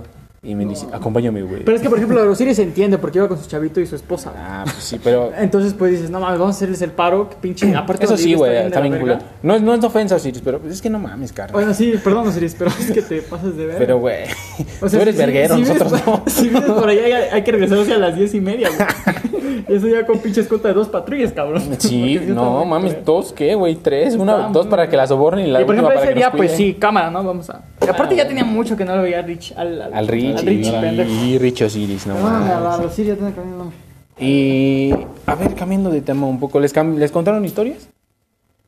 A: Y me dice, acompáñame, güey.
C: Pero es que, por ejemplo, Osiris se entiende porque iba con su chavito y su esposa. güey.
A: Ah, pues sí, pero.
C: Entonces, pues dices, no mames, vamos a hacerles el paro, que pinche. Aparte,
A: Eso
C: Osiris
A: sí, güey,
C: de
A: está
C: la
A: bien
C: verga.
A: culero. No, es- no es ofensa, Osiris, pero pues, es que no mames, carnal.
C: Bueno, sí, perdón, Osiris, pero es que te pasas de ver.
A: Pero, güey,
C: O sea,
A: tú eres
C: si- si-
A: verguero,
C: si vives
A: nosotros
C: por-
A: no.
C: Si vienes por allá, ya hay que regresarse a las diez y media, güey. Y Eso ya con pinche escolta de dos patrullas, cabrón.
A: Sí,
C: Porque yo
A: no,
C: también
A: mames,
C: creo.
A: dos, ¿qué, güey? Tres,
C: Está
A: una, dos
C: muy
A: para que la sobornen y la
C: Y por
A: última para
C: ejemplo, ese
A: que nos
C: día, pues
A: cuide.
C: sí, cámara, ¿no? Vamos a. Y aparte ya tenía mucho que no lo veía a Rich. Al, al,
A: Al Rich.
C: Al Rich,
A: y,
C: pendejo. Ah,
A: y Rich Osiris, no mames.
C: sí, ya tiene que cambiar el nombre.
A: Y a ver, cambiando de tema un poco, ¿les, cam- ¿les contaron historias?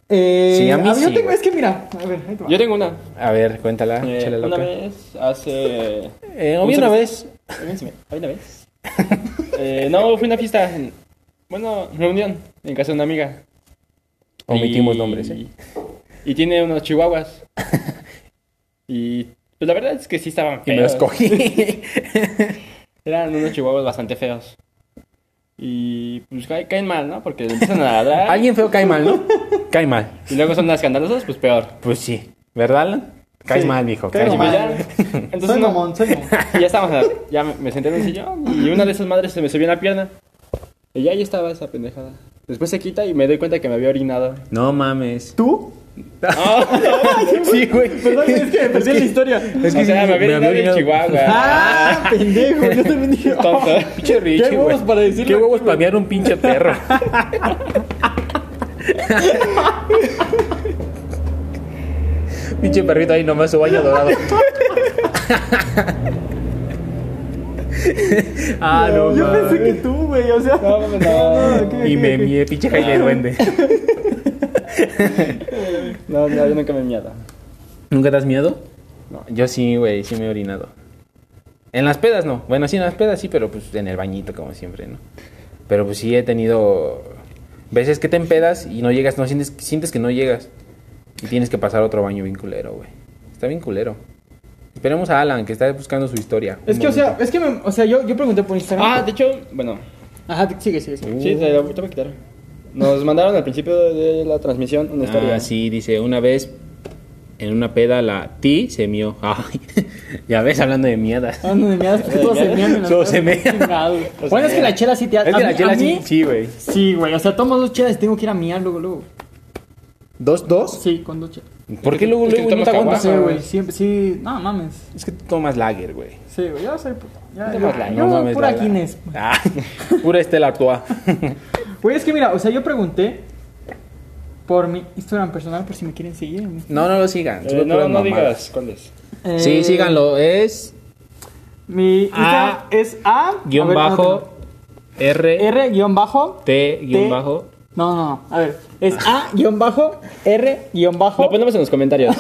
C: Eh,
A: Sí, a mí
C: ah, yo
A: sí,
C: tengo,
A: güey.
C: es que mira, a ver, ahí te va.
D: Yo tengo una.
A: A ver, cuéntala,
D: Eh,
A: échale
D: una
A: Ah, loca.
D: vez hace.
A: Eh, había una vez,
D: ¿Había una vez? Eh, no, fue una fiesta. en- bueno, reunión en casa de una amiga.
A: omitimos
D: Y-
A: nombres, ¿eh?
D: Y tiene unos chihuahuas. y pues la verdad es que sí estaban
A: Y
D: feos.
A: me los cogí.
D: Eran unos chihuahuas bastante feos. Y pues ca- caen mal, ¿no? Porque le empiezan a ladrar.
A: Alguien feo cae mal, ¿no? Cae mal.
D: Y luego son más escandalosos, pues peor.
A: Pues sí, ¿verdad, Alan? Caes
D: Sí,
A: mal, mijo,
D: Y
A: caes
D: pues
A: mal.
D: ya- Entonces
C: Soy
D: no-
C: mamón, soy mamón.
D: Y ya estábamos, en la- ya me, me senté en un sillón y una de esas madres se me subió en la pierna. Y ya ahí estaba esa pendejada. Después se quita y me doy cuenta que me había orinado.
A: No mames.
C: ¿Tú?
A: Sí, güey.
C: Perdón, es que me perdí la historia.
A: Es que
D: o sea,
A: sí,
D: me había orinado en
A: orinado.
D: Chihuahua.
C: ¡Ah, pendejo! Yo también dije... "Ah,
D: Tonto.
A: Pinche Richie,
C: ¿Qué huevos
A: güey.
C: para decirlo
A: ¿Qué
C: aquí,
A: huevos
C: güey?
A: para mear un pinche perro? pinche perrito ahí nomás su baño dorado. ah, no,
C: Yo
A: mames.
C: pensé que tú, güey, o sea...
D: No, no, no.
C: ok,
A: Y
C: ok,
A: me
C: ok.
A: mié, pinche Jaime Duende.
D: No, no, yo nunca me he miado.
A: ¿Nunca te has miedo? No. Yo sí, güey, sí me he orinado. En las pedas no. Bueno, sí, en las pedas sí, pero pues en el bañito, como siempre, ¿no? Pero pues sí he tenido veces que te empedas y no llegas, no sientes, sientes que no llegas. Y tienes que pasar a otro baño bien culero, güey. Está bien culero. Esperemos a Alan, que está buscando su historia.
C: Es
A: Un
C: que, o sea,
A: momento.
C: es que me, o sea, yo, yo pregunté por Instagram.
D: Ah, de hecho, bueno.
C: Ajá, te- sigue, sigue, sigue.
D: Sí, te lo, te voy a quitar. Nos mandaron al principio de la transmisión una historia.
A: Ah, sí, dice, una vez en una peda la ti se mió. Ay, ya ves, hablando de mierdas.
C: Ah, no, de mierda, es que todos se mean en las
A: Eh, Todos se
C: pedas,
A: mean.
C: chingado. Bueno, es que la chela sí te hace...
A: Es que la chela sí, sí, güey.
C: Sí, güey, o sea, tomo dos chelas y tengo que ir a miar luego, luego.
A: ¿Dos, dos?
C: Sí, con dos chelas.
A: ¿Por qué luego,
D: Es que
A: luego
D: tú
A: no
D: tomas
A: te aguantas?
D: caguamas,
C: Sí, güey, siempre, sí... No, mames.
A: Es que tú tomas lager, güey. Ah,
C: Sí, güey, yo soy puto. Ya,
D: Tomas
C: ya,
D: la-
C: yo pura
A: la-
C: Guinness.
A: Ah, pura Estela Artois.
C: Güey, es que mira, o sea, yo pregunté por mi Instagram personal, por si me quieren seguir.
A: No, no lo sigan.
D: Eh,
A: solo
D: no,
A: puras
D: no
A: mamadas.
D: digas cuál es.
C: Eh,
A: Sí, síganlo. Es
C: Mi Instagram
A: A-
C: es A...
A: guión
C: a ver,
A: bajo R,
C: R guión bajo...
A: T guión bajo.
C: No, no, no. A ver. Es A guión bajo R guión bajo...
D: Lo ponemos en los comentarios.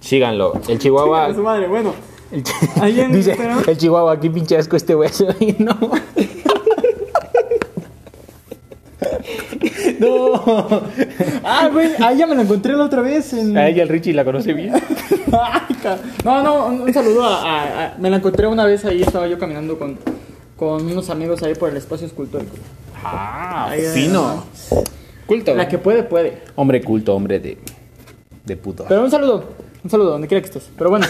A: Síganlo. El
C: A
A: Chihuahua.
C: Ah, su madre, bueno.
A: el chi-
C: Ahí en
A: dice,
C: Instagram.
A: el Chihuahua, qué pinche asco este güey. Ay, No. No.
C: Ah, güey, a ella me la encontré la otra vez en...
A: A ella el Richie la conoce bien.
C: Ay, ca- no, no, un, un saludo a, a- a- Me la encontré una vez ahí, estaba yo caminando con, con unos amigos ahí por el espacio escultórico.
A: Ah,
C: Ay, ay,
A: fino.
D: Culto.
C: La que puede, puede.
A: Hombre culto, hombre de, de puto.
C: Pero un saludo, un saludo, donde quiera que estés. Pero bueno,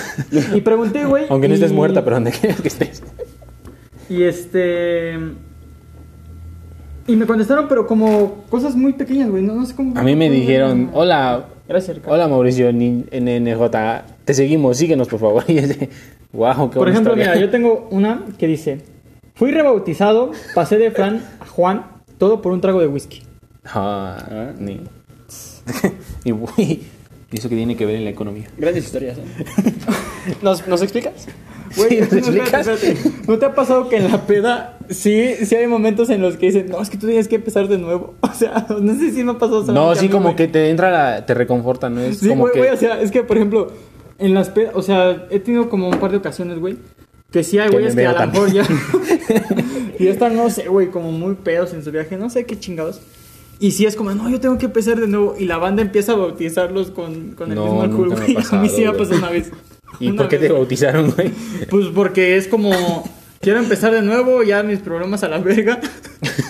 C: y pregunté, güey.
A: Aunque no estés
C: y-
A: muerta, pero donde quieras que estés.
C: Y este. Y me contestaron, pero como cosas muy pequeñas, güey. No, no sé cómo.
A: A mí me dijeron, hola,
C: Gracias, Ricardo.
A: hola Mauricio Nin- NNJ, te seguimos, síguenos por favor. Y es de, wow, qué
C: Por
A: buena
C: ejemplo,
A: historia".
C: mira, yo tengo una que dice: Fui rebautizado, pasé de Fran a Juan, todo por un trago de whisky.
A: Ah, ni- y, uy, ¿y eso que tiene que ver en la economía?
D: Grandes historias. ¿eh? ¿Nos, ¿Nos explicas?
A: Sí,
C: Güey,
A: ¿nos
C: no,
A: explicas?
C: espérate, espérate. ¿No te ha pasado que en la peda sí, sí hay momentos en los que dicen, no, es que tú tienes que empezar de nuevo? O sea, no sé si me ha pasado
A: No,
C: solamente a
A: sí,
C: mí,
A: como
C: güey.
A: que te entra la, te reconforta, ¿no? Es
C: Sí,
A: como
C: güey,
A: que...
C: güey, o sea, es que, por ejemplo, en las pedas, o sea, he tenido como un par de ocasiones, güey, que sí hay
A: Que
C: güeyes
A: me
C: que a
A: veo
C: lo mejor ya... y están, no sé, güey, como muy pedos en su viaje, no sé qué chingados. Y sí es como, no, yo tengo que empezar de nuevo. Y la banda empieza a bautizarlos con, con el
A: No,
C: mismo alcohol,
A: nunca me ha
C: güey. A mí
A: pasado,
C: sí me ha
A: güey.
C: pasado una vez.
A: ¿Y
C: Una
A: por qué
C: vez,
A: te
C: güey.
A: bautizaron, güey?
C: Pues porque es como quiero empezar de nuevo, ya mis problemas a la verga.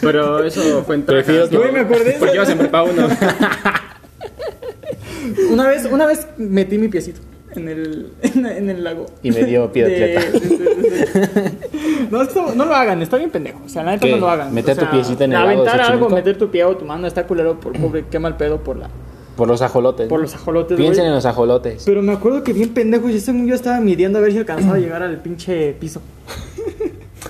D: Pero eso fue en traje.
A: Prefiero que-
C: Güey, me acordé de
D: Porque
C: eso.
D: ibas en prepa uno.
C: Una vez, una vez metí mi piecito en el, en, en el lago.
A: Y me dio pie
C: De-
A: atleta.
C: sí, sí, sí. No, esto- no lo hagan, está bien pendejo. O sea, la neta
A: ¿Qué?
C: no lo hagan.
A: ¿Meter
C: O sea,
A: tu piecito en el lago de
C: Aventar algo,
A: Xochimilco?
C: meter tu pie o tu mano, está culero por pobre, qué mal pedo por la.
A: Por los ajolotes.
C: Por
A: ¿no?
C: los ajolotes,
A: Piensen
C: güey.
A: en los ajolotes.
C: Pero me acuerdo que bien pendejo, yo según yo estaba midiendo a ver si alcanzaba a llegar al pinche piso.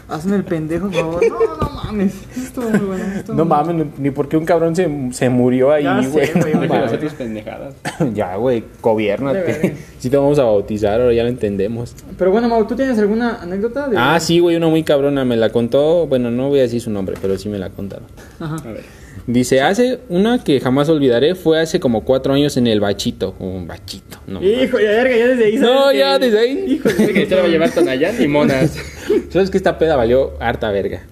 C: Hazme el pendejo, por favor. No, no mames. Estuvo muy bueno. estuvo
A: No
C: muy
A: mames, no- ni porque un cabrón se, se murió ahí,
C: Ya sé,
A: güey.
C: güey,
A: no
C: güey.
D: Deja de
A: mames.
D: hacer tus pendejadas.
A: ya, güey,
C: De verga.
A: gobiernate. Si te vamos a bautizar, ahora ya lo entendemos.
C: bueno. Pero bueno, Mau, ¿tú tienes alguna anécdota? De...
A: Ah, sí, güey, una muy cabrona me la contó. Bueno, no voy a decir su nombre, pero sí me la contaron.
C: Ajá.
D: A ver.
A: Dice, hace una que jamás olvidaré fue hace como cuatro años en el bachito. Un bachito, no.
C: Hijo de verga, ya desde ahí.
A: No,
C: ¿sabes
A: ya
C: qué?
A: desde ahí.
C: Hijo de
D: que te la va a llevar Tonayán y monas.
A: Sabes que esta peda valió harta verga.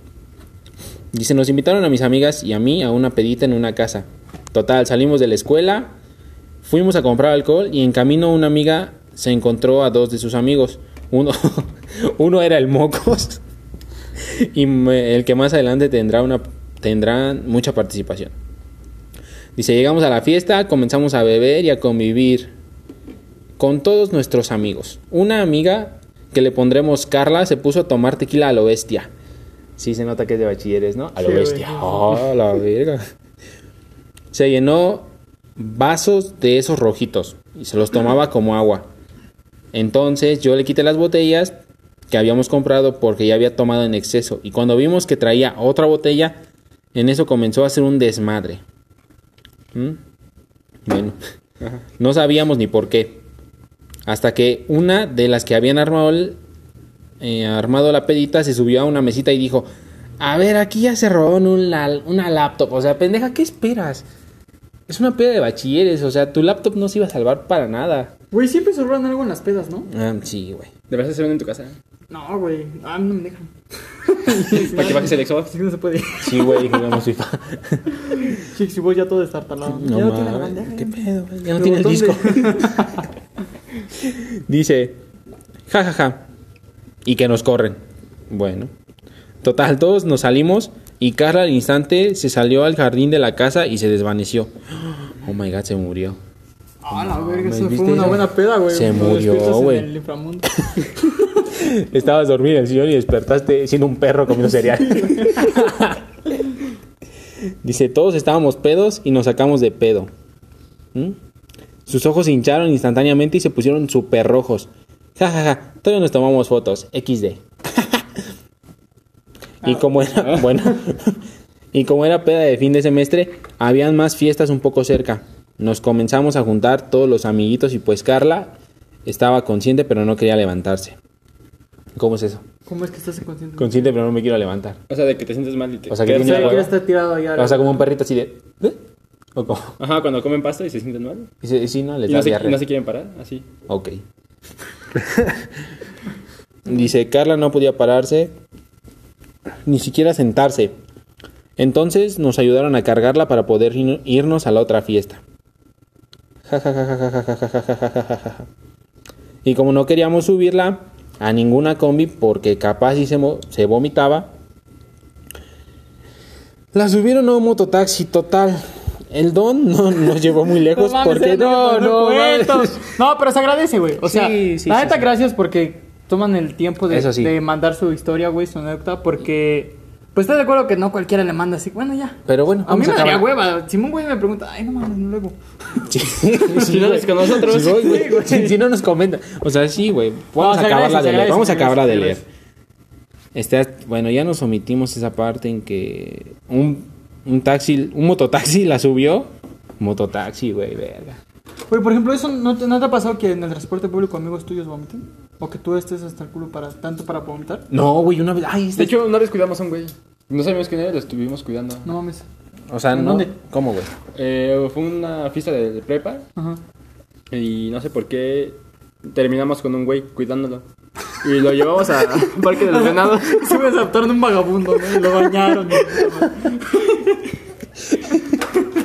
A: Dice, nos invitaron a mis amigas y a mí a una pedita en una casa. Total, salimos de la escuela, fuimos a comprar alcohol y en camino una amiga se encontró a dos de sus amigos. Uno, uno era el Mocos y me- el que más adelante tendrá, una, tendrá mucha participación. Dice, llegamos a la fiesta, comenzamos a beber y a convivir con todos nuestros amigos. Una amiga que le pondremos Carla se puso a tomar tequila a lo bestia. Sí, se nota que es de bachilleres, ¿no? A lo
C: Sí, güey.
A: bestia. Ah, la verga. Se llenó vasos de esos rojitos y se los tomaba como agua. Entonces yo le quité las botellas que habíamos comprado porque ya había tomado en exceso. Y cuando vimos que traía otra botella, en eso comenzó a hacer un desmadre. ¿Mm? Bueno, no sabíamos ni por qué. Hasta que una de las que habían armado, el- eh, armado la pedita se subió a una mesita y dijo, a ver, aquí ya se robó un la- una laptop. O sea, pendeja, ¿qué esperas? Es una peda de bachilleres, o sea, tu laptop no se iba a salvar para nada.
C: Güey, siempre se roban algo en las pedas, ¿no?
A: Ah, sí, güey.
D: Deberías hacer uno en tu casa.
C: No, güey. Ah, no me dejan.
D: Para que bajes el Xbox.
C: Así que no se puede.
A: Sí, güey, jugamos FIFA.
C: Chicos, si voy ya todo destartalado.
A: No,
C: ya no
A: mames,
C: tiene la bandeja.
A: ¿Qué
C: ya.
A: pedo, güey? Ya no
C: El
A: tiene el
C: botón
A: disco.
C: de-
A: Dice, ja, ja, ja. Y que nos corren. Bueno. Total, todos nos salimos y Carla al instante se salió al jardín de la casa y se desvaneció. Oh my god, se murió.
C: Ah, la verga,
A: mames,
C: eso fue
A: ¿viste
C: una
A: eso?
C: buena peda, güey.
A: Se
C: Cuando
A: murió,
C: despiertas en
A: güey.
C: el inframundo.
A: Estabas dormido en el sillón y despertaste siendo un perro comiendo cereal. Dice, todos estábamos pedos y nos sacamos de pedo. ¿Mm? Sus ojos se hincharon instantáneamente y se pusieron súper rojos. Ja, ja, ja, todavía nos tomamos fotos. XD. y como era, bueno, y como era peda de fin de semestre, habían más fiestas un poco cerca. Nos comenzamos a juntar todos los amiguitos y pues Carla estaba consciente pero no quería levantarse. ¿Cómo es eso?
C: ¿Cómo es que estás inconsciente?
A: Consciente, pero no me quiero levantar.
D: O sea, de que te sientes mal y te.
A: O sea, que
D: quedas-
C: O sea,
A: tiene-
C: que ya está tirado allá.
A: O sea, como un perrito así de. ¿eh? ¿O cómo?
D: Ajá, cuando comen pasta y se sienten mal.
A: Y si, si no, les
D: Y
A: da
D: no, se, y
A: diarrea.
D: no se quieren parar, así.
A: Ok. Dice, Carla no podía pararse, ni siquiera sentarse. Entonces nos ayudaron a cargarla para poder ir- irnos a la otra fiesta. Ja, ja, ja, ja, ja, ja, ja, ja, ja, ja, ja, ja, ja. Y como no queríamos subirla a ninguna combi porque capaz y se, mo- se vomitaba, la subieron a un mototaxi total. El don no nos llevó muy lejos
C: mames,
A: porque
C: eh,
A: pues, no, no, mames.
C: cuentos. No, pero se agradece, güey. O
A: Sí,
C: sea,
A: sí,
C: la
A: sí,
C: neta,
A: sí.
C: gracias porque toman el tiempo de,
A: Eso sí.
C: de mandar su historia, güey, su anécdota, porque. Pues estás de acuerdo que no cualquiera le manda así, bueno, ya.
A: Pero bueno,
C: A mí
A: vamos
C: me
A: a
C: daría
A: acabar.
C: hueva. Si un güey me pregunta, ay, no mames, luego.
A: Sí,
D: Si no
A: güey.
D: eres con nosotros.
A: Sí, voy, güey.
C: Sí, güey.
A: Si- si no nos comenta. O sea, sí, güey. Vamos
C: No,
A: a
C: se agradece,
A: acabarla
C: se
A: de leer.
C: agradece,
A: Vamos a
C: se agradece,
A: acabarla de
C: se
A: leer.
C: agradece.
A: Este, bueno, ya nos omitimos esa parte en que un, un taxi, un mototaxi la subió. Mototaxi, güey, verga.
C: Güey, por ejemplo, ¿eso no te, no te ha pasado que en el transporte público amigos tuyos vomiten? ¿O que tú estés hasta el culo para tanto para vomitar?
A: No, güey, una vez. Ay, este.
D: De hecho, una vez cuidamos a un güey. No sabíamos quién era, lo estuvimos cuidando.
C: No mames.
A: o sea,
C: ¿en
A: no.
C: dónde?
A: ¿Cómo, güey?
D: Eh, fue una fiesta de, de prepa
C: Ajá.
D: y no sé por qué terminamos con un güey cuidándolo. Y lo llevamos a Parque del Venado.
C: Se me de un vagabundo, ¿no? Y lo bañaron.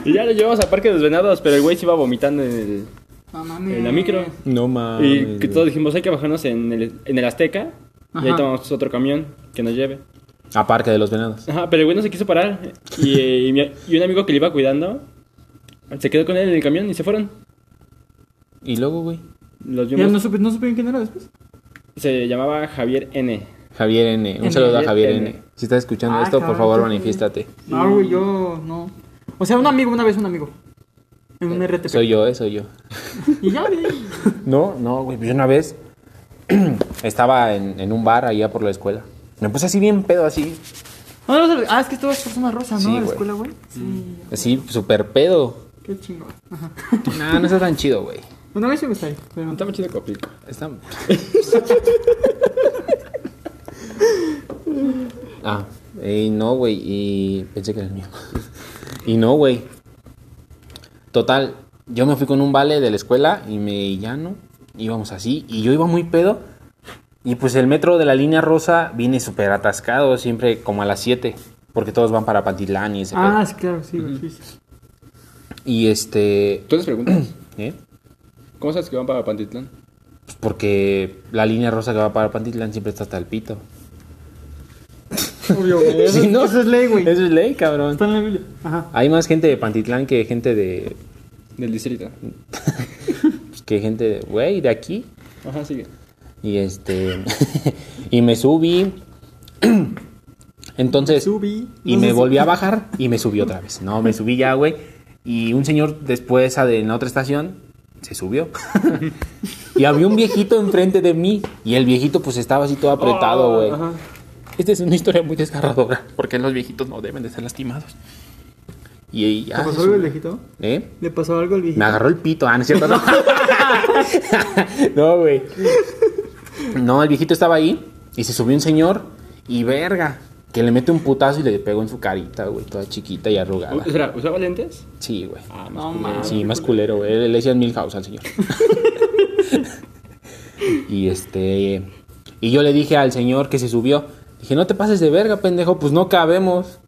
D: Y ya lo llevamos a Parque de los Venados, pero el güey se iba vomitando en el,
C: No mames.
D: en la micro.
A: No mames.
D: Y que
A: güey.
D: todos dijimos, hay que bajarnos en el, en el Azteca. Y ahí
C: Ajá.
D: tomamos otro camión que nos lleve.
A: A Parque de los Venados.
D: Ajá, pero el güey no se quiso parar. Y, eh, y mi- y un amigo que le iba cuidando se quedó con él en el camión y se fueron.
A: Y luego, güey.
D: Los
C: Ya
D: vimos.
C: no supe, no supe quién era después.
D: Se llamaba Javier N.
A: Javier N. Un
C: N.
A: saludo a Javier
D: N.
A: N. Si estás escuchando
C: Ah,
A: esto, por
C: cabrón,
A: favor,
C: sí, güey.
A: manifiéstate.
C: No, güey, yo no. O sea, un amigo, una vez un amigo. En un RTP.
A: Soy yo, eh, soy yo.
C: Y ya, güey.
A: No, no, güey. Yo una vez estaba en, en un bar allá por la escuela. Me puse así bien pedo, así.
C: No, no, no, ah, es que tú vas por zona rosa, ¿no?
A: Sí,
C: de la
A: güey. Mm.
C: escuela, güey. Sí,
A: Así, súper pedo.
C: qué chingón. Ajá.
A: Nah, no está tan chido, güey.
C: Bueno, a mí sí me gusta ahí, pero...
D: Está muy chido Copico.
A: Está. ah, y no, güey. Y pensé que era el mío. Y no, güey. Total, yo me fui con un vale de la escuela y me llano. Íbamos así. Y yo iba muy pedo. Y pues el metro de la línea rosa viene súper atascado, siempre como a las 7. Porque todos van para Pantitlán y ese pedo.
C: Ah, sí, claro, sí, güey. sí, sí.
A: Y este.
D: Tú les preguntas,
A: ¿eh?
D: ¿cómo sabes que van para Pantitlán?
A: Pues porque la línea rosa que va para Pantitlán siempre está hasta el pito.
C: Obvio, güey. Eso,
A: Sí, ¿no?
C: eso es ley, güey.
A: Eso es ley, cabrón.
C: Está en la Biblia. Ajá.
A: Hay más gente de Pantitlán que gente de. pues,
D: Del distrito.
A: que gente de. güey, de aquí.
D: Ajá, sigue.
A: Y este. y me subí. Entonces.
C: Subí.
A: Y
C: No
A: me
C: sé si-
A: volví a bajar y me subí otra vez. No, me subí ya, güey. Y un señor después a de- en otra estación se subió. y había un viejito enfrente de mí. Y el viejito, pues estaba así todo
C: Oh, Ah,
A: apretado, güey.
D: Ajá.
A: Esta es una historia muy desgarradora. Porque los viejitos no deben de ser lastimados. Y, y ya.
C: ¿Le
A: se
C: pasó algo al
A: subió.
C: viejito?
A: ¿Eh?
C: ¿Le pasó algo al viejito?
A: Me agarró el pito, ah, no es cierto, no. no, güey. No, el viejito estaba ahí y se subió un señor y verga, que le mete un putazo y le pegó en su carita, güey, toda chiquita y arrugada.
D: U- Espera, ¿usaba lentes?
A: Sí, güey.
D: Ah,
C: No mames.
A: Sí, más culero, güey. Le- Le decían Milhouse al señor. y este. Y yo le dije al señor que se subió. Dije, no te pases de verga, pendejo, pues no cabemos.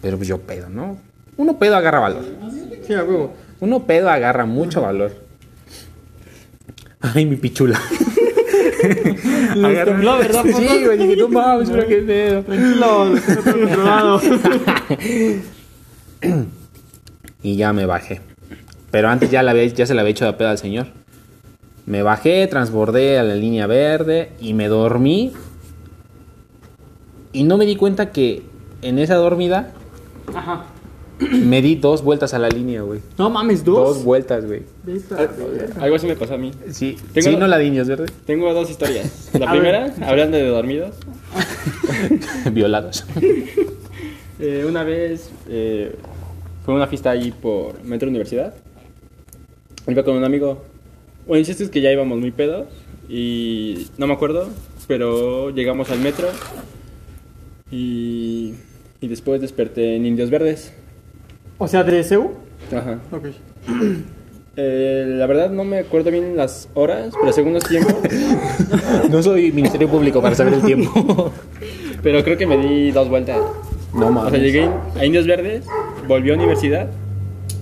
A: Pero pues yo pedo, ¿no? Uno pedo agarra valor.
C: Sí, a huevo.
A: Uno pedo agarra mucho valor. Ay, mi pichula.
C: Les tembló, ¿verdad, puto?
A: Sí, güey, dije, no mames, creo que pedo.
C: Tranquilo, lo tengo todo controlado.
A: Y ya me bajé. Pero antes ya, la había- ya se la había hecho de pedo al señor. Me bajé, transbordé a la línea verde y me dormí. Y no me di cuenta que en esa dormida
C: Ajá.
A: me di dos vueltas a la línea, güey.
C: No mames,
A: Dos,
C: dos.
A: vueltas, güey.
C: Vete a la verga.
D: Algo así me pasó a mí.
A: Sí,
D: Tengo-
A: sí, no la diñas, ¿verdad?
D: Tengo dos historias. La
C: A
D: primera, hablando de dormidos.
A: Violados.
D: eh, una vez eh, fue una fiesta allí por Metro Universidad. Iba con un amigo. Bueno, el chiste es que ya íbamos muy pedos y no me acuerdo, pero llegamos al metro y, y después desperté en Indios Verdes.
C: O sea, de CU.
D: Ajá.
C: Ok.
D: Eh, la verdad no me acuerdo bien las horas, pero según los tiempos,
A: No soy Ministerio Público para saber el tiempo.
D: pero creo que me di dos vueltas.
A: No
D: O sea, llegué a Indios Verdes, volví a universidad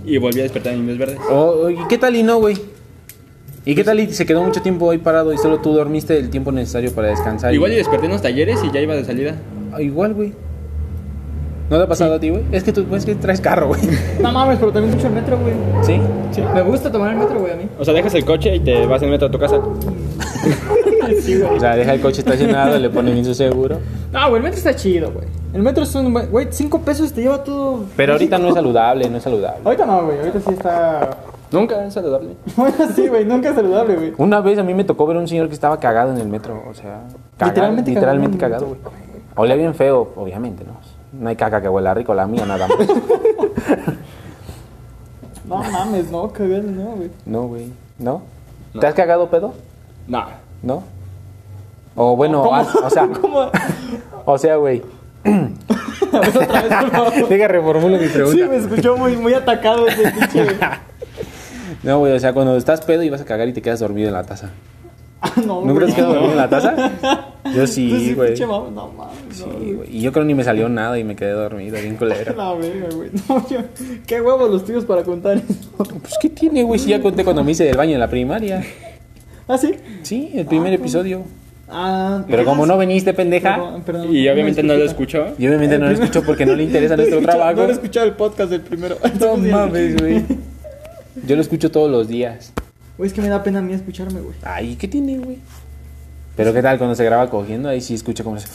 D: y volví a despertar en Indios Verdes.
A: Oh, ¿Y qué tal y no, güey? ¿Y qué
D: Pues
A: tal y se quedó mucho tiempo ahí parado y solo tú dormiste el tiempo necesario para descansar?
D: Igual y desperté en los talleres y ya iba de salida.
A: Ah, igual, güey. ¿No te ha pasado a ti, güey? Es que tú es que traes carro, güey.
C: No mames, pero también mucho el metro, güey.
A: ¿Sí?
C: Sí. Me gusta tomar el metro, güey, a mí.
D: O sea, dejas el coche y te vas en metro a tu casa.
A: O sea, deja el coche estacionado, le pone bien su seguro.
C: No, güey, el metro está chido, güey. El metro es un... buen- Güey, cinco pesos te lleva todo...
A: Pero ahorita no es saludable, no es saludable.
C: Ahorita no, güey. Ahorita sí está...
D: Nunca es saludable.
C: Bueno, sí, güey. Nunca es saludable, güey.
A: Una vez a mí me tocó ver a un señor que estaba cagado en el metro, o sea, cagado,
C: Literalmente
A: literalmente,
C: cagado en el
A: cagado, güey. Olía bien feo, obviamente, ¿no? No hay caca que huela rico, la mía nada más.
C: No mames, no, cagado, no, güey.
A: No, güey. ¿No? ¿Te has cagado pedo?
D: No.
A: ¿No? O bueno,
C: ¿Cómo?
A: haz- o sea,
C: ¿Cómo?
A: o sea, güey.
C: A ver, otra vez, por favor.
A: Deja reformulo mi
C: Sí,
A: pregunta.
C: me escuchó muy, muy atacado ese pinche.
A: no, güey, o sea, cuando estás pedo y vas a cagar y te quedas dormido en la taza.
C: Ah, no,
A: ¿Nunca
C: güey.
A: te has quedado dormido en la taza? Yo
C: Tú sí,
A: sí, güey.
C: pinche mamá, No mames, no.
A: Sí, güey. Y yo creo ni me salió nada y me quedé dormido, bien culero.
C: La verga, güey. No, yo- Qué huevos los tíos para contar esto.
A: Pues, ¿qué tiene, güey? Si ya conté cuando me hice del baño en la primaria.
C: ¿Ah, sí?
A: Sí, el primer
C: pues,
A: episodio.
C: Ah,
A: Pero como no veniste, pendeja,
C: Perdón, perdón,
D: Y obviamente no lo
C: disculpa.
D: escuchó.
A: yo obviamente no lo escucho porque no le interesa nuestro
C: Escucha-
A: trabajo.
C: No he escuchado el podcast del primero.
A: No
C: Entonces,
A: mames, güey. Yo lo escucho todos los días.
C: Güey, es que me da pena a mí escucharme, güey.
A: Ay, ¿qué tiene, güey? Pero qué tal cuando se graba cogiendo, ahí sí escucho como se-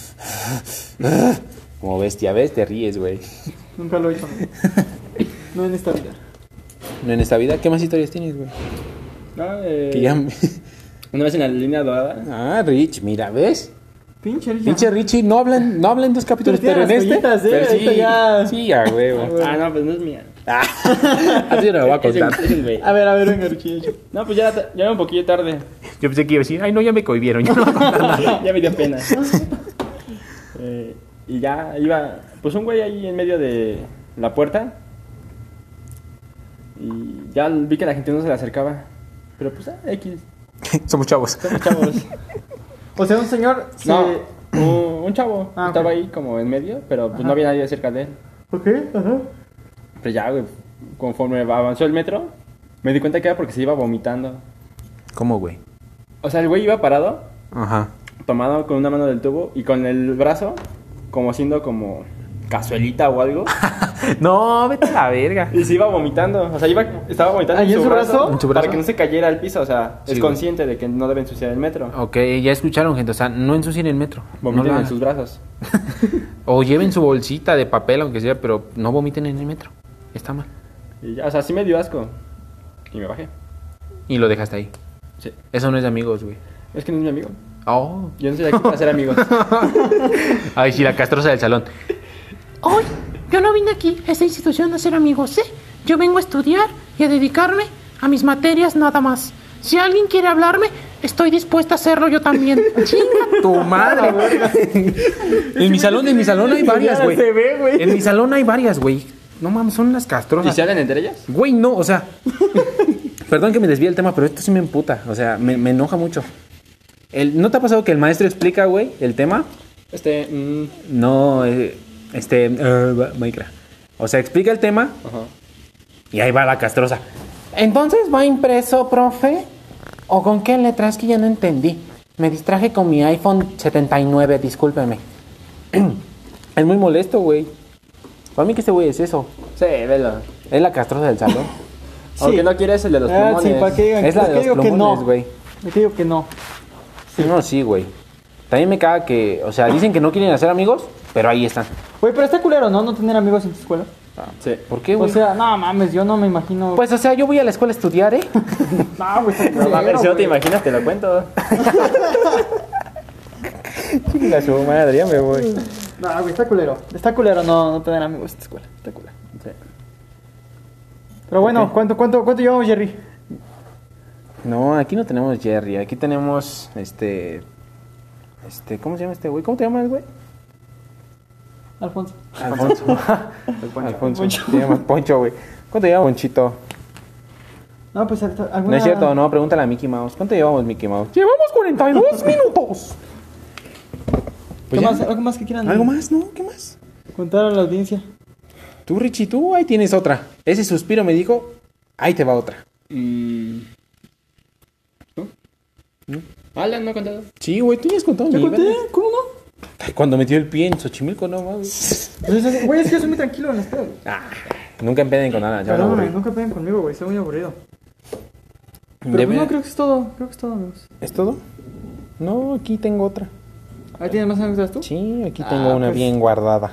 A: como bestia, ves, te ríes, güey.
C: Nunca lo he hecho. No en esta vida.
A: No en esta vida, ¿qué más historias tienes, güey?
D: No, eh,
A: Que ya me-
D: Una vez en la línea dorada.
A: Ah, Rich, mira, ¿ves?
C: Pinche Richie.
A: Pinche Richie, no hablan, no hablan dos capítulos, pero, en este.
D: pero sí,
C: sí, ya.
A: Sí, a huevo.
D: Ah, no, pues no es mía.
A: Así no lo voy a
D: Es un-
A: contar.
D: es un güey.
C: A ver, a ver, venga, Richie.
D: No, pues ya, ya era un poquillo tarde.
A: Yo pensé que iba a decir, ay, no, ya me cohibieron. yo no".
D: ya me dio pena. Eh, y ya iba, pues un güey ahí en medio de la puerta. Y ya vi que la gente no se le acercaba. Pero pues, ah, X,
A: Somos chavos.
D: somos chavos.
C: O sea, Pues un señor se...
D: No, un, un chavo
C: Ah,
D: estaba
C: ok.
D: ahí como en medio, pero pues no había nadie cerca de él.
C: Ok, ajá.
D: Pues ya, güey, conforme avanzó el metro, me di cuenta que era porque se iba vomitando.
A: ¿Cómo, güey?
D: O sea, el güey iba parado,
A: Ajá.
D: tomado con una mano del tubo y con el brazo, como haciendo como cazuelita o algo.
A: No, vete a la verga.
D: Y se iba vomitando, o sea, iba, estaba vomitando
C: ¿Ah, y en su brazo?
A: ¿En su brazo?
D: para que no se cayera al piso, o sea,
A: Sí,
D: es
A: güey.
D: consciente de que no debe ensuciar el metro.
A: Ok, ya escucharon, gente. O sea, no ensucien el metro. No
D: Vomiten
A: lo
D: en
A: hagan.
D: sus brazos.
A: O lleven su bolsita de papel, aunque sea, pero no vomiten en el metro. Está mal.
D: Y ya, o sea, sí me dio asco. Y me bajé.
A: Y lo dejaste ahí.
D: Sí.
A: Eso no es de amigos, güey.
D: Es que no es mi amigo.
A: Oh.
D: Yo no soy aquí para ser amigos.
A: Ay, sí, la castrosa del salón.
E: Hoy yo no vine aquí a esta institución a ser amigos, ¿eh? Yo vengo a estudiar y a dedicarme a mis materias nada más. Si alguien quiere hablarme, estoy dispuesta a hacerlo yo también. Chinga.
A: Tu madre. en mi salón, en mi salón hay varias, güey.
C: Se ve, güey.
A: En mi salón hay varias, güey. No mames, son las
D: ¿Y
A: castrosas.
D: se hablan entre ellas?
A: Güey, no, o sea. perdón que me desvíe el tema, pero esto sí me emputa. O sea, me, me enoja mucho. El, ¿No te ha pasado que el maestro explica, güey, el tema?
D: Este, mm,
A: No, eh, este. eh, Minecraft. O sea, explica el tema
D: ajá.
A: y ahí va la castrosa.
E: Entonces va impreso, profe. ¿O con qué letras que ya no entendí? Me distraje con mi iPhone 79, discúlpeme.
A: Es muy molesto, güey. Para mí que este güey es eso.
D: Sí, velo.
A: Es la castrosa del salón.
D: Aunque no quieres el de los
C: Ah,
D: pulmones.
C: sí, ¿para qué digan?
A: es la
C: ¿Para
A: de
C: qué
A: los
C: digo que
A: plumones,
C: no?
A: güey.
C: ¿Para qué digo que no?
A: No, sí, güey. También me caga que, o sea, dicen que no quieren hacer amigos, pero ahí están.
C: Güey, pero está culero, ¿no? No tener amigos en tu escuela.
D: Sí.
A: ¿Por qué,
C: O
A: güey?
C: sea, no mames, yo no me imagino.
A: pues, o sea, yo voy a la escuela a estudiar, ¿eh?
C: no, güey, está
D: No mames,
C: culero,
D: si no te
C: güey.
D: imaginas, te lo cuento.
A: Chinga su madre, ya me voy.
C: No, güey, está culero. Está culero no, no tener amigos en tu escuela. Está culero.
D: Sí.
C: Pero bueno, ¿cuánto, cuánto, cuánto llevamos, Jerry?
A: No, aquí no tenemos Jerry, aquí tenemos este. Este, ¿cómo se llama este güey? ¿Cómo te llamas, güey?
C: Alfonso.
A: Alfonso. Alfonso. Te llamas Poncho, güey. ¿Cuánto lleva Ponchito?
C: No, pues ahorita- alguna...
A: No es cierto, no, pregúntale a Mickey Mouse. ¿Cuánto llevamos, Mickey Mouse?
E: Llevamos 42 minutos.
C: ¿Qué
A: Pues ya.
C: más, ¿Algo más que quieran
A: ¿Algo más? ¿No? ¿Qué más?
C: contar a la audiencia?
A: Tú, Richie, tú, ahí tienes otra. Ese suspiro me dijo, ahí te va otra.
D: Mm. ¿No? Alan no ha contado.
A: Sí, güey, tú ya has contado.
C: ¿Ya
A: mi
C: conté?
A: vida.
C: ¿Cómo no?
A: Ay, Cuando metió el pie en Xochimilco, no mames.
C: Pues es- Güey, es que yo soy muy tranquilo en las pedas. güey.
A: Nunca empeden con nada, ya van a
C: Perdóname,
A: aburrir.
C: nunca peguen conmigo, güey. Soy muy aburrido. Pero
A: Debe-
C: pues no, creo que es todo. Creo que es todo, amigos.
A: ¿Es todo? No, aquí tengo otra.
C: ¿Ahí tienes más anécdotas tú?
A: Sí, aquí
C: Ah,
A: tengo una
C: pues.
A: bien guardada.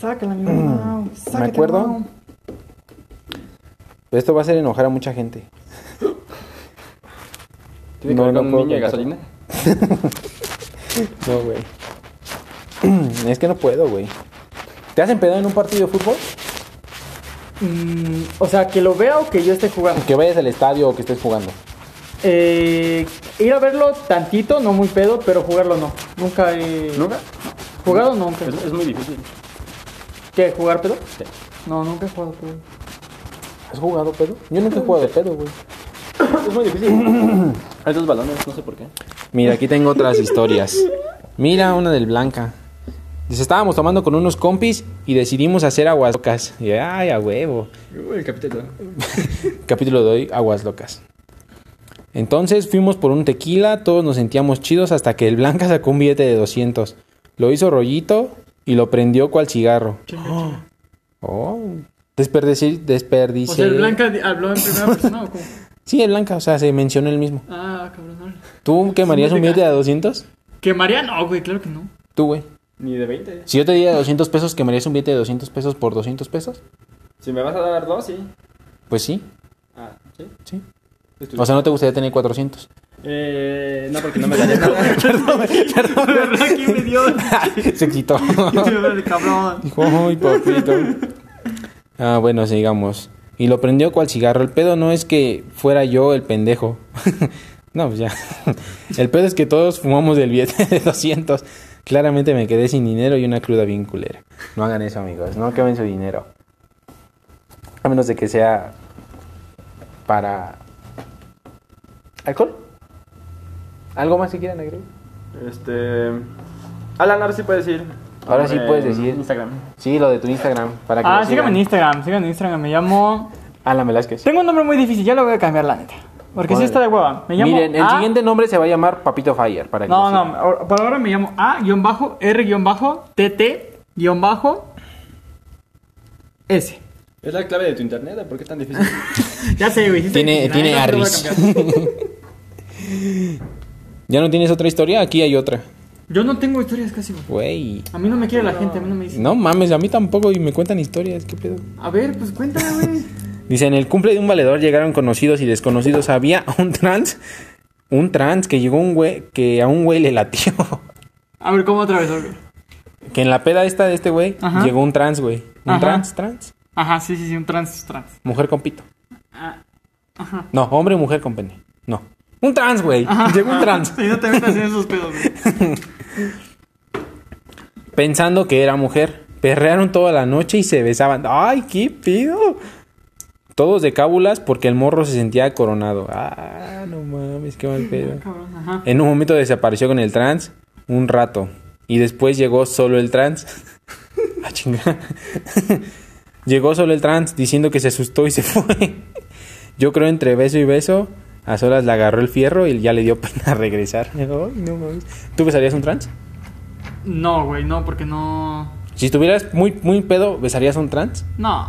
C: Sácala, mi mamá. Sácate,
A: acuerdo.
C: Mau.
A: Esto va a hacer enojar a mucha gente.
D: ¿Tiene
A: No,
D: que ver
A: no
D: con
A: puedo
D: un niño de
A: contar.
D: gasolina?
A: No, güey. es que no puedo, güey. ¿Te has empedado en un partido de fútbol?
C: Mm, o sea, que lo vea o que yo esté jugando.
A: Que vayas al estadio o que estés jugando.
C: Eh, ir a verlo tantito, no muy pedo, pero jugarlo no. Nunca he...
D: ¿Nunca?
C: ¿Jugado nunca?
A: Pues,
D: Es, es muy difícil.
C: ¿Qué? ¿Jugar pedo? No, nunca he jugado pedo.
A: ¿Has jugado pedo? Yo nunca he jugado pedo, güey.
D: Es muy difícil. Hay dos balones, no sé por qué.
A: Mira, aquí tengo otras historias. Mira una del Blanca. Dice, estábamos tomando con unos compis y decidimos hacer aguas locas. Y, ay, a huevo.
D: Uy, el capitán.
A: Capítulo de hoy, aguas locas. Entonces fuimos por un tequila, todos nos sentíamos chidos hasta que el Blanca sacó un billete de 200. Lo hizo rollito y lo prendió cual cigarro. Oh, desperdicié, desperdicié.
C: habló en primera persona o cómo?
A: Sí, el Blanca, o sea, se mencionó el mismo.
C: Ah, cabrón.
A: ¿Tú quemarías un billete de 200?
C: Que María no, güey, claro que no.
A: Tú, güey.
D: Ni de 20.
A: Si yo te diera 200 pesos, ¿quemarías un billete de 200 pesos por 200 pesos?
D: Si me vas a dar dos, sí.
A: Pues sí,
D: Ah, sí.
A: sí.
D: Es tu-
A: O sea, ¿no te gustaría tener 400?
D: Eh, no, porque no me daría nada.
C: De verdad, ¿quién me dio?
A: Se excitó.
C: El cabrón.
A: Dijo, ay, papito. Ah, bueno, sigamos. Y lo prendió cual cigarro. El pedo no es que fuera yo el pendejo. no, pues ya. El pedo es que todos fumamos del billete de 200. Claramente me quedé sin dinero y una cruda bien culera. No hagan eso, amigos. No quemen su dinero. A menos de que sea para... ¿Alcohol? ¿Algo más que quieran agregar?
D: Este. Alan, ahora sí puedes decir.
A: Ahora sí puedes decir.
D: Instagram.
A: Sí, lo de tu Instagram. Para que
C: Ah,
A: lo
C: síganme en
A: sigan.
C: Instagram, síganme en Instagram. Me llamo.
A: Alan Velázquez.
C: Tengo un nombre muy difícil, ya lo voy a cambiar, la neta. Porque sí
A: Órale.
C: está de hueva. Me llamo.
A: Miren, el
C: A-
A: siguiente nombre se va a llamar Papito Fire. Para que lo
C: No, no,
A: sigan.
C: ahora- por ahora me llamo A-R-TT-S.
D: ¿Es la clave de tu internet? ¿eh? ¿Por qué es tan difícil?
C: Ya sé, güey. sí está
A: Tiene,
C: difícil,
A: tiene
C: la neta, no lo voy a
A: Arris.
C: cambiar.
A: ¿Ya no tienes otra historia? Aquí hay otra.
C: Yo no tengo historias casi, güey.
A: Güey.
C: A mí no me quiere la gente, a mí no me dice.
A: No mames, a mí tampoco y me cuentan historias. ¿Qué pedo?
C: A ver, pues cuéntame, güey.
A: Dice, en el cumple de un valedor llegaron conocidos y desconocidos. Había un trans, un trans que llegó un güey, que a un güey le latió.
C: A ver, ¿cómo otra vez? A ver.
A: Que en la peda esta de este güey,
C: Ajá.
A: llegó un trans, güey. Un
C: Ajá.
A: trans, trans.
C: Ajá, sí, sí, sí, un trans, trans.
A: Mujer con pito.
C: Ah,
A: No, hombre y mujer con pene. No. Un trans, güey.
C: Ajá.
A: Llegó un trans.
C: Sí, no te metas en esos pedos, güey.
A: pensando que era mujer. Perrearon toda la noche y se besaban. ¡Ay, qué pido! Todos de cábulas porque el morro se sentía coronado. ¡Ah, no mames, qué mal pedo!
C: Cabrón, ajá.
A: En un momento desapareció con el trans un rato. Y después llegó solo el trans. ¡Ah, chinga! llegó solo el trans diciendo que se asustó y se fue. Yo creo entre beso y beso, a solas le agarró el fierro y ya le dio pena regresar. Ay, no mames. ¿Tú besarías un trans?
C: No, güey, no, porque no.
A: Si estuvieras muy, muy pedo, ¿besarías a un trans?
C: No.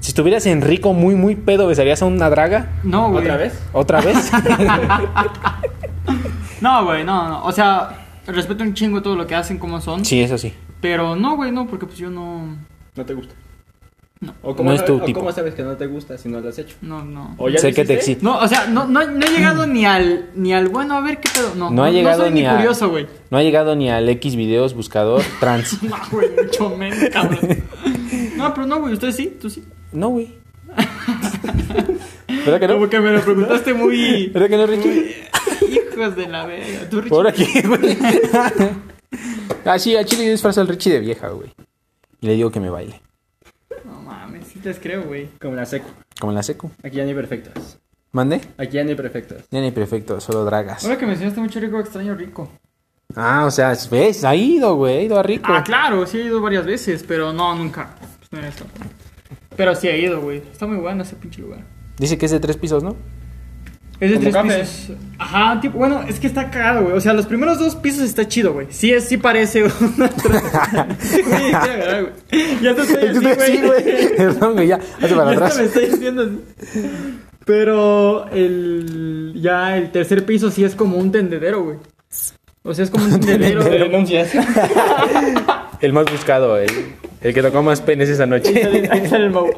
A: Si estuvieras en rico, muy, muy pedo, ¿besarías a una draga?
C: No, güey.
D: ¿Otra vez?
A: ¿Otra vez?
C: No, güey, no, no. O sea, respeto un chingo todo lo que hacen, cómo son.
A: sí, eso sí.
C: Pero no, güey, no, porque pues yo no.
D: No te gusta.
C: No.
D: ¿O cómo
A: No es
D: sabes-
A: tu
D: o
A: tipo.
D: cómo sabes que no te gusta si no lo has hecho?
C: No, no.
D: ¿O ya
A: Sé
D: lo
A: que te
D: hiciste?
A: exi-
C: No, o sea, no, no, no he llegado ni al. Ni al bueno, a ver qué pedo. No,
A: No ha llegado
C: soy
A: ni a...
C: curioso, güey.
A: No ha llegado ni al X videos buscador trans.
C: No, güey, mucho menos, cabrón. No, pero no, güey, usted sí, tú sí.
A: No, güey. ¿Verdad que
C: Como
A: no?
C: que me lo preguntaste muy.
A: ¿Verdad que no, Richie?
C: Hijos de la verga. Tú, Richie.
A: Por aquí, güey. Así, Ah, al chile yo disfrazo al Richie de vieja, güey. Y le digo que me baile.
C: No mames, sí te creo, güey.
D: Como la seco.
A: Como en la seco.
D: Aquí ya ni hay perfectas.
A: ¿Mandé?
D: Aquí ya ni hay perfectas.
A: Ya ni perfecto, solo dragas.
C: Ahora que mencionaste mucho rico, extraño rico.
A: Ah, o sea, ves, ha ido, güey, ha ido a rico.
C: Ah, claro, sí he ido varias veces, pero no, nunca. Pues no era esto. Pero sí he ido, güey. Está muy bueno ese pinche lugar.
A: Dice que es de tres pisos, ¿no?
C: Es de
D: Como
C: tres
D: café.
C: pisos. Ajá, tipo, bueno, es que está cagado, güey. O sea, los primeros dos pisos está chido, güey. Sí, es, sí parece una. Güey, ya, güey. Ya te estoy así,
A: Este Sí, güey. Perdón, güey, ya. Hazte para
C: Ya hasta
A: atrás.
C: me está diciendo así. Pero el ya el tercer piso sí es como un tendedero, güey. O sea, es como un tendedero.
D: Pero
C: güey.
D: denuncias.
A: El más buscado, el, el que tocó más penes esa
C: Ahí
A: noche.
C: sale- ahí sale el Mau.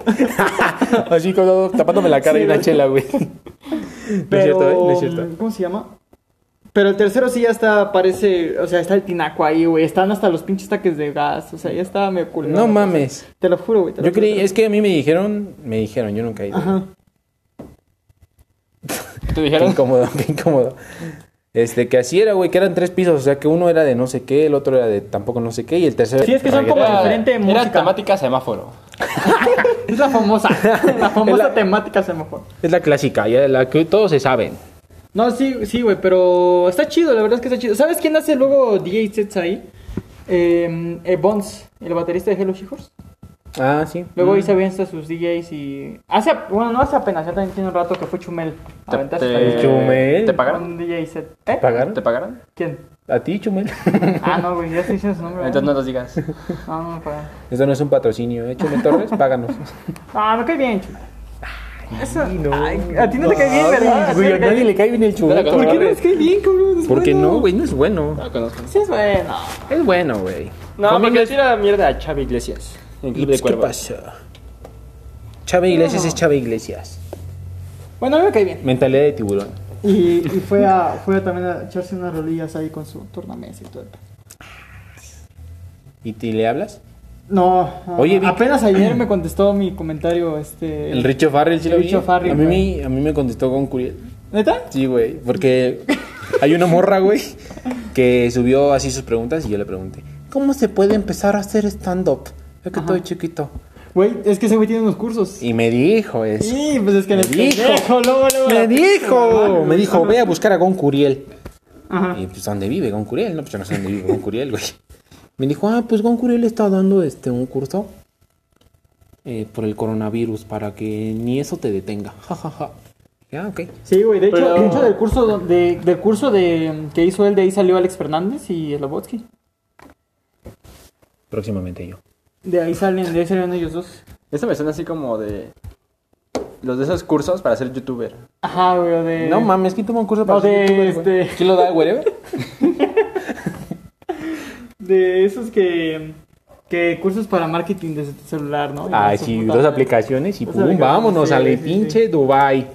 A: Así con todo, tapándome la cara y una chela, güey. No es
C: Pero,
A: cierto, ¿eh? No es cierto.
C: ¿Cómo se llama? Pero el tercero sí ya está, parece, o sea, está el tinaco ahí, güey. Están hasta los pinches taques de gas, o sea, ya está medio culero.
A: No mames.
C: Te lo juro, güey. te lo
A: Yo
C: juro,
A: creí,
C: te lo
A: es que a mí me dijeron, me dijeron, yo nunca he ido.
C: Ajá.
A: ¿Te dijeron? Qué incómodo, qué incómodo. Este, que así era, güey, que eran tres pisos, o sea, que uno era de no sé qué, el otro era de tampoco no sé qué, y el tercero...
C: Sí, es que son como
A: Era-
C: diferente música.
F: Era temática semáforo.
C: Es la famosa, la famosa
A: Es la-
C: temática, se mejor.
A: Es la clásica, ya la que todos se saben.
C: No, sí, sí, güey, pero está chido, la verdad es que está chido. ¿Sabes quién hace luego DJ sets ahí? Eh, eh, Bones, el baterista de Hello Seahorse.
A: Ah, sí.
C: Luego hizo bien hasta sus DJs y... Hace, bueno, no hace apenas, ya también tiene un rato que fue Chumel. a aventarse
A: El chumel.
F: ¿Te pagaron?
C: Un DJ set. ¿Eh?
A: ¿Pagaron?
F: ¿Te pagaron?
C: ¿Quién?
A: ¿A ti, Chumel?
C: Ah, no, güey, ya estoy diciendo su nombre.
F: Entonces no
C: ¿verdad?
F: nos digas.
C: No, no me pagaron.
A: Esto no es un patrocinio, ¿eh? Chumel Torres, páganos.
C: Ah, me cae bien, Chumel. Eso, ay, a ti no te cae bien, ¿verdad?
A: Güey, a
C: ¿Por
A: nadie le cae bien el Chumel
F: ¿Por
A: Torres.
C: qué no les cae bien, cabrón? Es
A: Porque
C: bueno.
A: no, güey, no es bueno.
F: No conozco.
C: Sí es bueno.
A: Es bueno, güey.
F: No,
A: Conmigo
F: porque
A: es-
F: tira mierda a Chava Iglesias. En Club de
A: pues ¿Qué
F: Cuervos.
A: pasa? Chave Iglesias es Chave Iglesias.
C: Bueno, a mí me cae bien.
A: Mentalidad de tiburón.
C: Y, y fue, a, fue a también a echarse unas rodillas ahí con su tornamesa y todo. el pe-
A: ¿Y te- le hablas?
C: No,
A: Oye,
C: Oye,
A: Vic.
C: apenas ayer me contestó mi comentario este...
A: El Richo Farrell, sí
C: El
A: lo vi.
C: Richo Farrell,
A: a, mí,
C: güey.
A: me- a mí me contestó con curiosidad.
C: ¿Neta?
A: Sí, güey, porque hay una morra, güey, que subió así sus preguntas y yo le pregunté, ¿cómo se puede empezar a hacer stand-up? Yo que estoy chiquito.
C: Güey, es que ese güey tiene unos cursos.
A: Y me dijo eso.
C: Sí, pues es que
A: Me
C: eres
A: dijo.
C: pendejo, luego, luego
A: Me
C: la-
A: dijo, me dijo, ve a buscar a Gon Curiel.
C: Ajá.
A: Y pues, ¿dónde vive Gon Curiel? No, pues yo no sé dónde vive Gon Curiel, güey. Me dijo, ah, pues Gon Curiel está dando este, un curso eh, por el coronavirus para que ni eso te detenga. Ja, ja, ja. Ya, ok.
C: Sí, güey, de hecho,
D: Pero-
C: de hecho del curso, do- de, del curso de, que hizo él, de ahí salió Alex Fernández y Slobotsky.
A: Próximamente yo.
C: De ahí salen, de ahí salieron ellos dos.
D: Esta me suena así como de. Los de esos cursos para ser youtuber.
C: Ajá, güey, o de...
A: Eh, No mames, ¿quién toma un curso para
C: O de,
A: ser youtuber, güey?
C: este...
A: ¿Quién lo da, güey?
C: De esos que... Que cursos para marketing desde tu celular, ¿no?
A: Ah,
C: Y su
A: sí,
C: puta
A: dos
C: madre.
A: aplicaciones y
C: Dos
A: pum,
C: aplicaciones,
A: vámonos
C: sí,
A: al
C: sí,
A: pinche Dubai.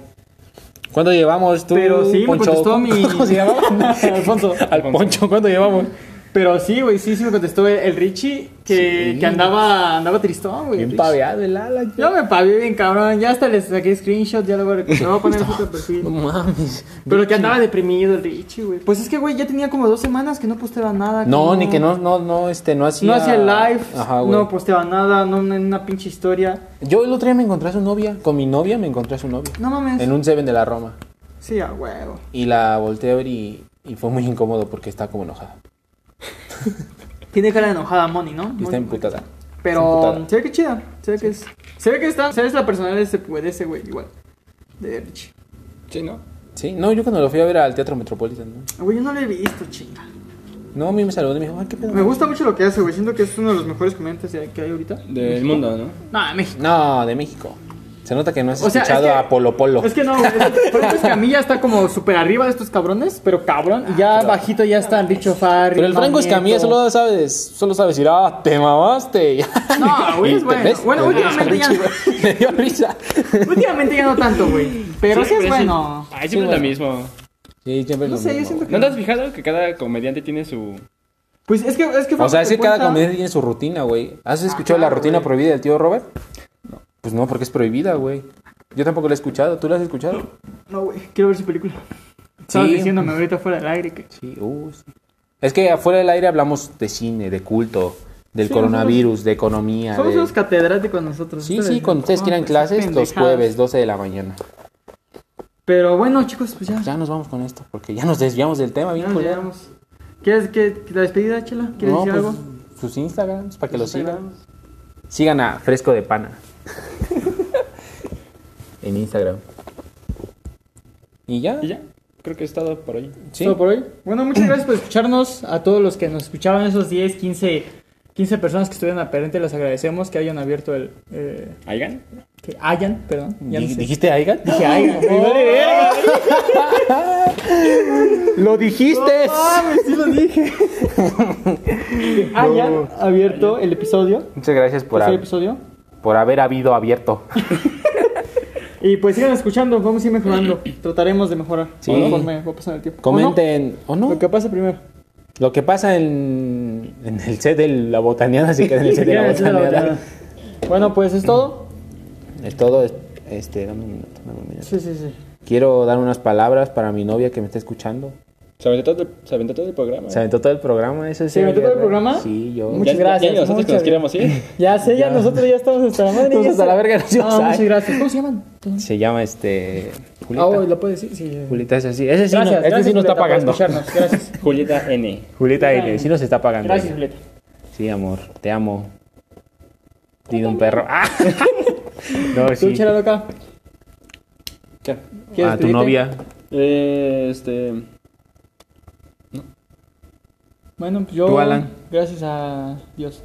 A: ¿Cuánto llevamos tú,
C: Pero sí, me
A: Poncho?
C: contestó mi...
A: ¿Cómo se llamaba?
C: Alfonso.
A: Al Poncho, ¿cuánto llevamos?
C: Pero sí, güey, sí, sí me contestó el, el Richie que,
A: Sí.
C: que andaba, andaba tristón, güey.
A: Bien paveado el ala.
C: Yo me pavié bien, cabrón. Ya hasta les saqué screenshot, ya lo voy a rec- lo voy a poner en su
A: No
C: perfil.
A: mames.
C: Pero que andaba deprimido el Richie, güey. Pues es que, güey, ya tenía como dos semanas que no posteaba nada.
A: No, ni que no, no, no, este, no hacía...
C: No hacía live,
A: Ajá, güey.
C: no posteaba nada, no en una pinche historia.
A: Yo el otro día me encontré a su novia, con mi novia me encontré a su novia.
C: No mames.
A: En un Seven de la Roma.
C: Sí, a huevo.
A: Y la volteé a ver y, y fue muy incómodo porque está como enojada.
C: Tiene cara de enojada Moni, ¿no?
A: Y está
C: Moni.
A: emputada.
C: Pero
A: emputada.
C: se ve que chida. Se ve que es. Se ve que está. Se ve la personalidad de ese, de ese güey, igual. De Richie.
D: Sí, ¿no?
A: Sí, no, yo cuando lo fui a ver al Teatro Metropolitan, ¿no?
C: Güey, yo no lo he visto, chinga.
A: No, a mí me saludó y me dijo, ay, qué pedo.
C: Me gusta mucho lo que hace, güey. Siento que es uno de los mejores comediantes que hay ahorita.
D: Del mundo, ¿no?
C: No, de México.
A: No, de México. Se nota que no has
C: O sea, es
A: escuchado
C: que-
A: a Polo Polo.
C: Es que no, güey. Por ejemplo, es que a mí ya está como súper arriba de estos cabrones, pero cabrón. Y ya bajito ya está Richo Farri.
A: Pero el Franco Escamilla
C: Manieto.
A: solo sabes, solo sabes decir, ah, te mamaste.
C: No, güey,
A: Y
C: es
A: te
C: bueno.
A: ves,
C: Bueno,
A: te ves
C: últimamente ya-
A: arrecho, güey. Me dio risa.
C: Últimamente ya no tanto, güey. Pero sí, es
D: Siempre
C: bueno.
D: Ay, siempre
A: Sí,
D: es lo mismo.
A: Sí, siempre es
C: No
A: lo
C: sé, yo
A: mismo,
C: siento
D: ¿No te
C: que.
D: has fijado que cada comediante tiene su.
C: Pues es que. Es que
A: güey. O sea, es que cada
C: cuenta-
A: comediante tiene su rutina, güey. ¿Has escuchado
C: Ajá,
A: la rutina
C: güey.
A: prohibida del tío Robert? Pues no, porque es prohibida, güey. Yo tampoco la he escuchado. ¿Tú la has escuchado?
C: No, güey. Quiero ver su película. Estabas diciéndome ahorita fuera del aire que.
A: Sí, uh, sí. Es que afuera del aire hablamos de cine, de culto, del
C: Sí,
A: coronavirus, de economía.
C: Somos
A: de-
C: unos catedráticos nosotros.
A: Sí, sí, cuando ustedes quieran
C: pues,
A: clases, los jueves, 12 de la mañana.
C: Pero bueno, chicos, pues ya.
A: Ya nos vamos con esto, porque ya nos desviamos del tema, bien
C: Ya nos
A: culero.
C: llegamos. ¿Quieres que que la despedida, Chela? ¿Quieres
A: No,
C: decir
A: pues,
C: algo?
A: Sus Instagrams, para que los sigan. Sigan a Fresco de Pana. en Instagram. ¿Y ya?
D: Y ya. Creo que es todo por hoy.
A: Sí.
C: Solo por hoy. Bueno, muchas gracias por escucharnos. A todos los que nos escuchaban, esos 10, 15, 15 personas que estuvieron al pendiente, les agradecemos que hayan abierto el. eh,
D: ¿Aigan?
C: que hayan, perdón. Ya no
A: Di-
C: sé.
A: ¿Dijiste Aigan?
C: Que hayan. me vale verga.
A: ¡Lo dijiste!
C: Mames, sí lo dije. Que hayan abierto el episodio.
A: Muchas gracias por,
C: tercer
A: ha-
C: episodio.
A: por haber habido abierto.
C: Y pues sigan escuchando, vamos a ir mejorando. Trataremos de mejorar
A: Sí.
C: conforme va pasando el tiempo.
A: Comenten, ¿o
C: ¿O no?
A: no?
C: Lo que pasa primero.
A: Lo que pasa en, en el set de la botaneada se queda en el set de la
C: Ya, ya, ya.
A: botaneada.
C: Bueno, pues es todo.
A: Es todo. es- Este, dame un minuto, dame un minuto.
C: Sí, sí, sí.
A: Quiero dar unas palabras para mi novia que me está escuchando.
D: Se aventó todo, el- se aventó todo el programa. ¿eh?
A: Se aventó todo el programa, eso sí.
C: ¿Se aventó todo el programa?
A: Sí, yo.
C: Muchas
D: ya,
C: gracias,
D: Ya ni nosotros que nos
C: muchas
D: queremos ir.
C: Ya sé, ya, nosotros ya estamos hasta la madre.
A: Estamos
C: ya
A: hasta
C: sé.
A: la verga, nos
C: No,
A: íbamos a-
C: muchas gracias. ¿Cómo se llaman?
A: Se llama este. Julita.
C: Ah, oh, ¿lo puedes decir? Sí.
A: Julita es así. Ese sí,
C: Gracias,
A: no, ese
C: gracias,
A: sí nos está
C: Julieta, por
A: pagando.
C: escucharnos. Gracias.
D: Julieta N.
A: Julita N, sí nos está pagando.
C: Gracias, Julieta.
A: Sí, amor, te amo. Tiene un perro. Ah. No,
C: Tú,
A: sí.
C: chela loca.
D: ¿Qué?
C: ¿quieres
A: A tu
C: pedirte?
A: novia.
D: Eh, este.
C: Bueno, pues yo.
A: Tú, Alan.
C: Gracias a Dios.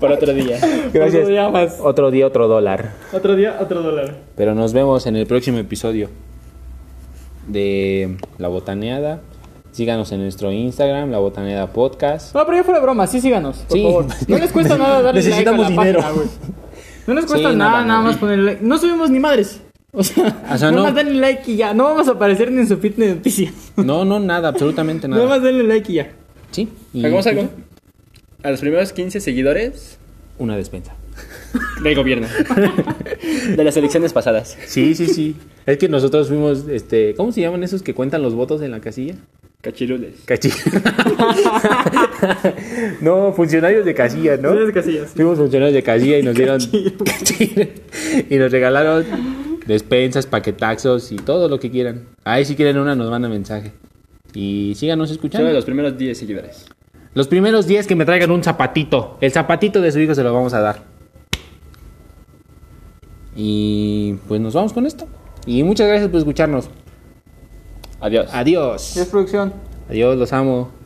D: Para otro día.
A: Gracias.
C: Otro día más.
A: Otro día, otro dólar.
C: Otro día, otro dólar.
A: Pero nos vemos en el próximo episodio de La Botaneada. Síganos en nuestro Instagram, La Botaneada Podcast.
C: No, pero ya fuera de broma, sí síganos, por
A: Sí.
C: favor. No les cuesta nada darle like a la
A: Necesitamos dinero.
C: página, güey. No les
A: Sí,
C: cuesta
A: nada,
C: nada,
A: nada.
C: nada más ponerle like. No subimos ni madres. O sea,
A: O sea, no-
C: nomás denle like y ya. No vamos a aparecer ni en su feed ni en noticias.
A: No, no, nada, absolutamente nada.
C: Nada más denle like y ya.
A: Sí. y pues,
D: Hagamos algo. A los primeros 15 seguidores
A: Una despensa.
D: del gobierno. De las elecciones pasadas.
A: Sí, sí, sí. Es que nosotros fuimos, este, ¿cómo se llaman esos que cuentan los votos en la casilla?
D: Cachirules.
A: Cachi. no, funcionarios de casilla, ¿no?
C: Ustedes casillas.
A: Fuimos funcionarios de casilla y nos dieron Cachillo. y nos regalaron despensas, paquetaxos y todo lo que quieran. Ahí si quieren una nos mandan mensaje. Y síganos
D: Solo
A: escuchando.
D: de
A: Los...
D: los primeros 10 seguidores.
A: primeros 10 que me traigan un zapatito. El zapatito de su hijo se lo vamos a dar. Y pues nos vamos con esto. Y muchas gracias por escucharnos.
D: Adiós.
A: Adiós.
C: producción.
A: Adiós, los amo.
B: Ah,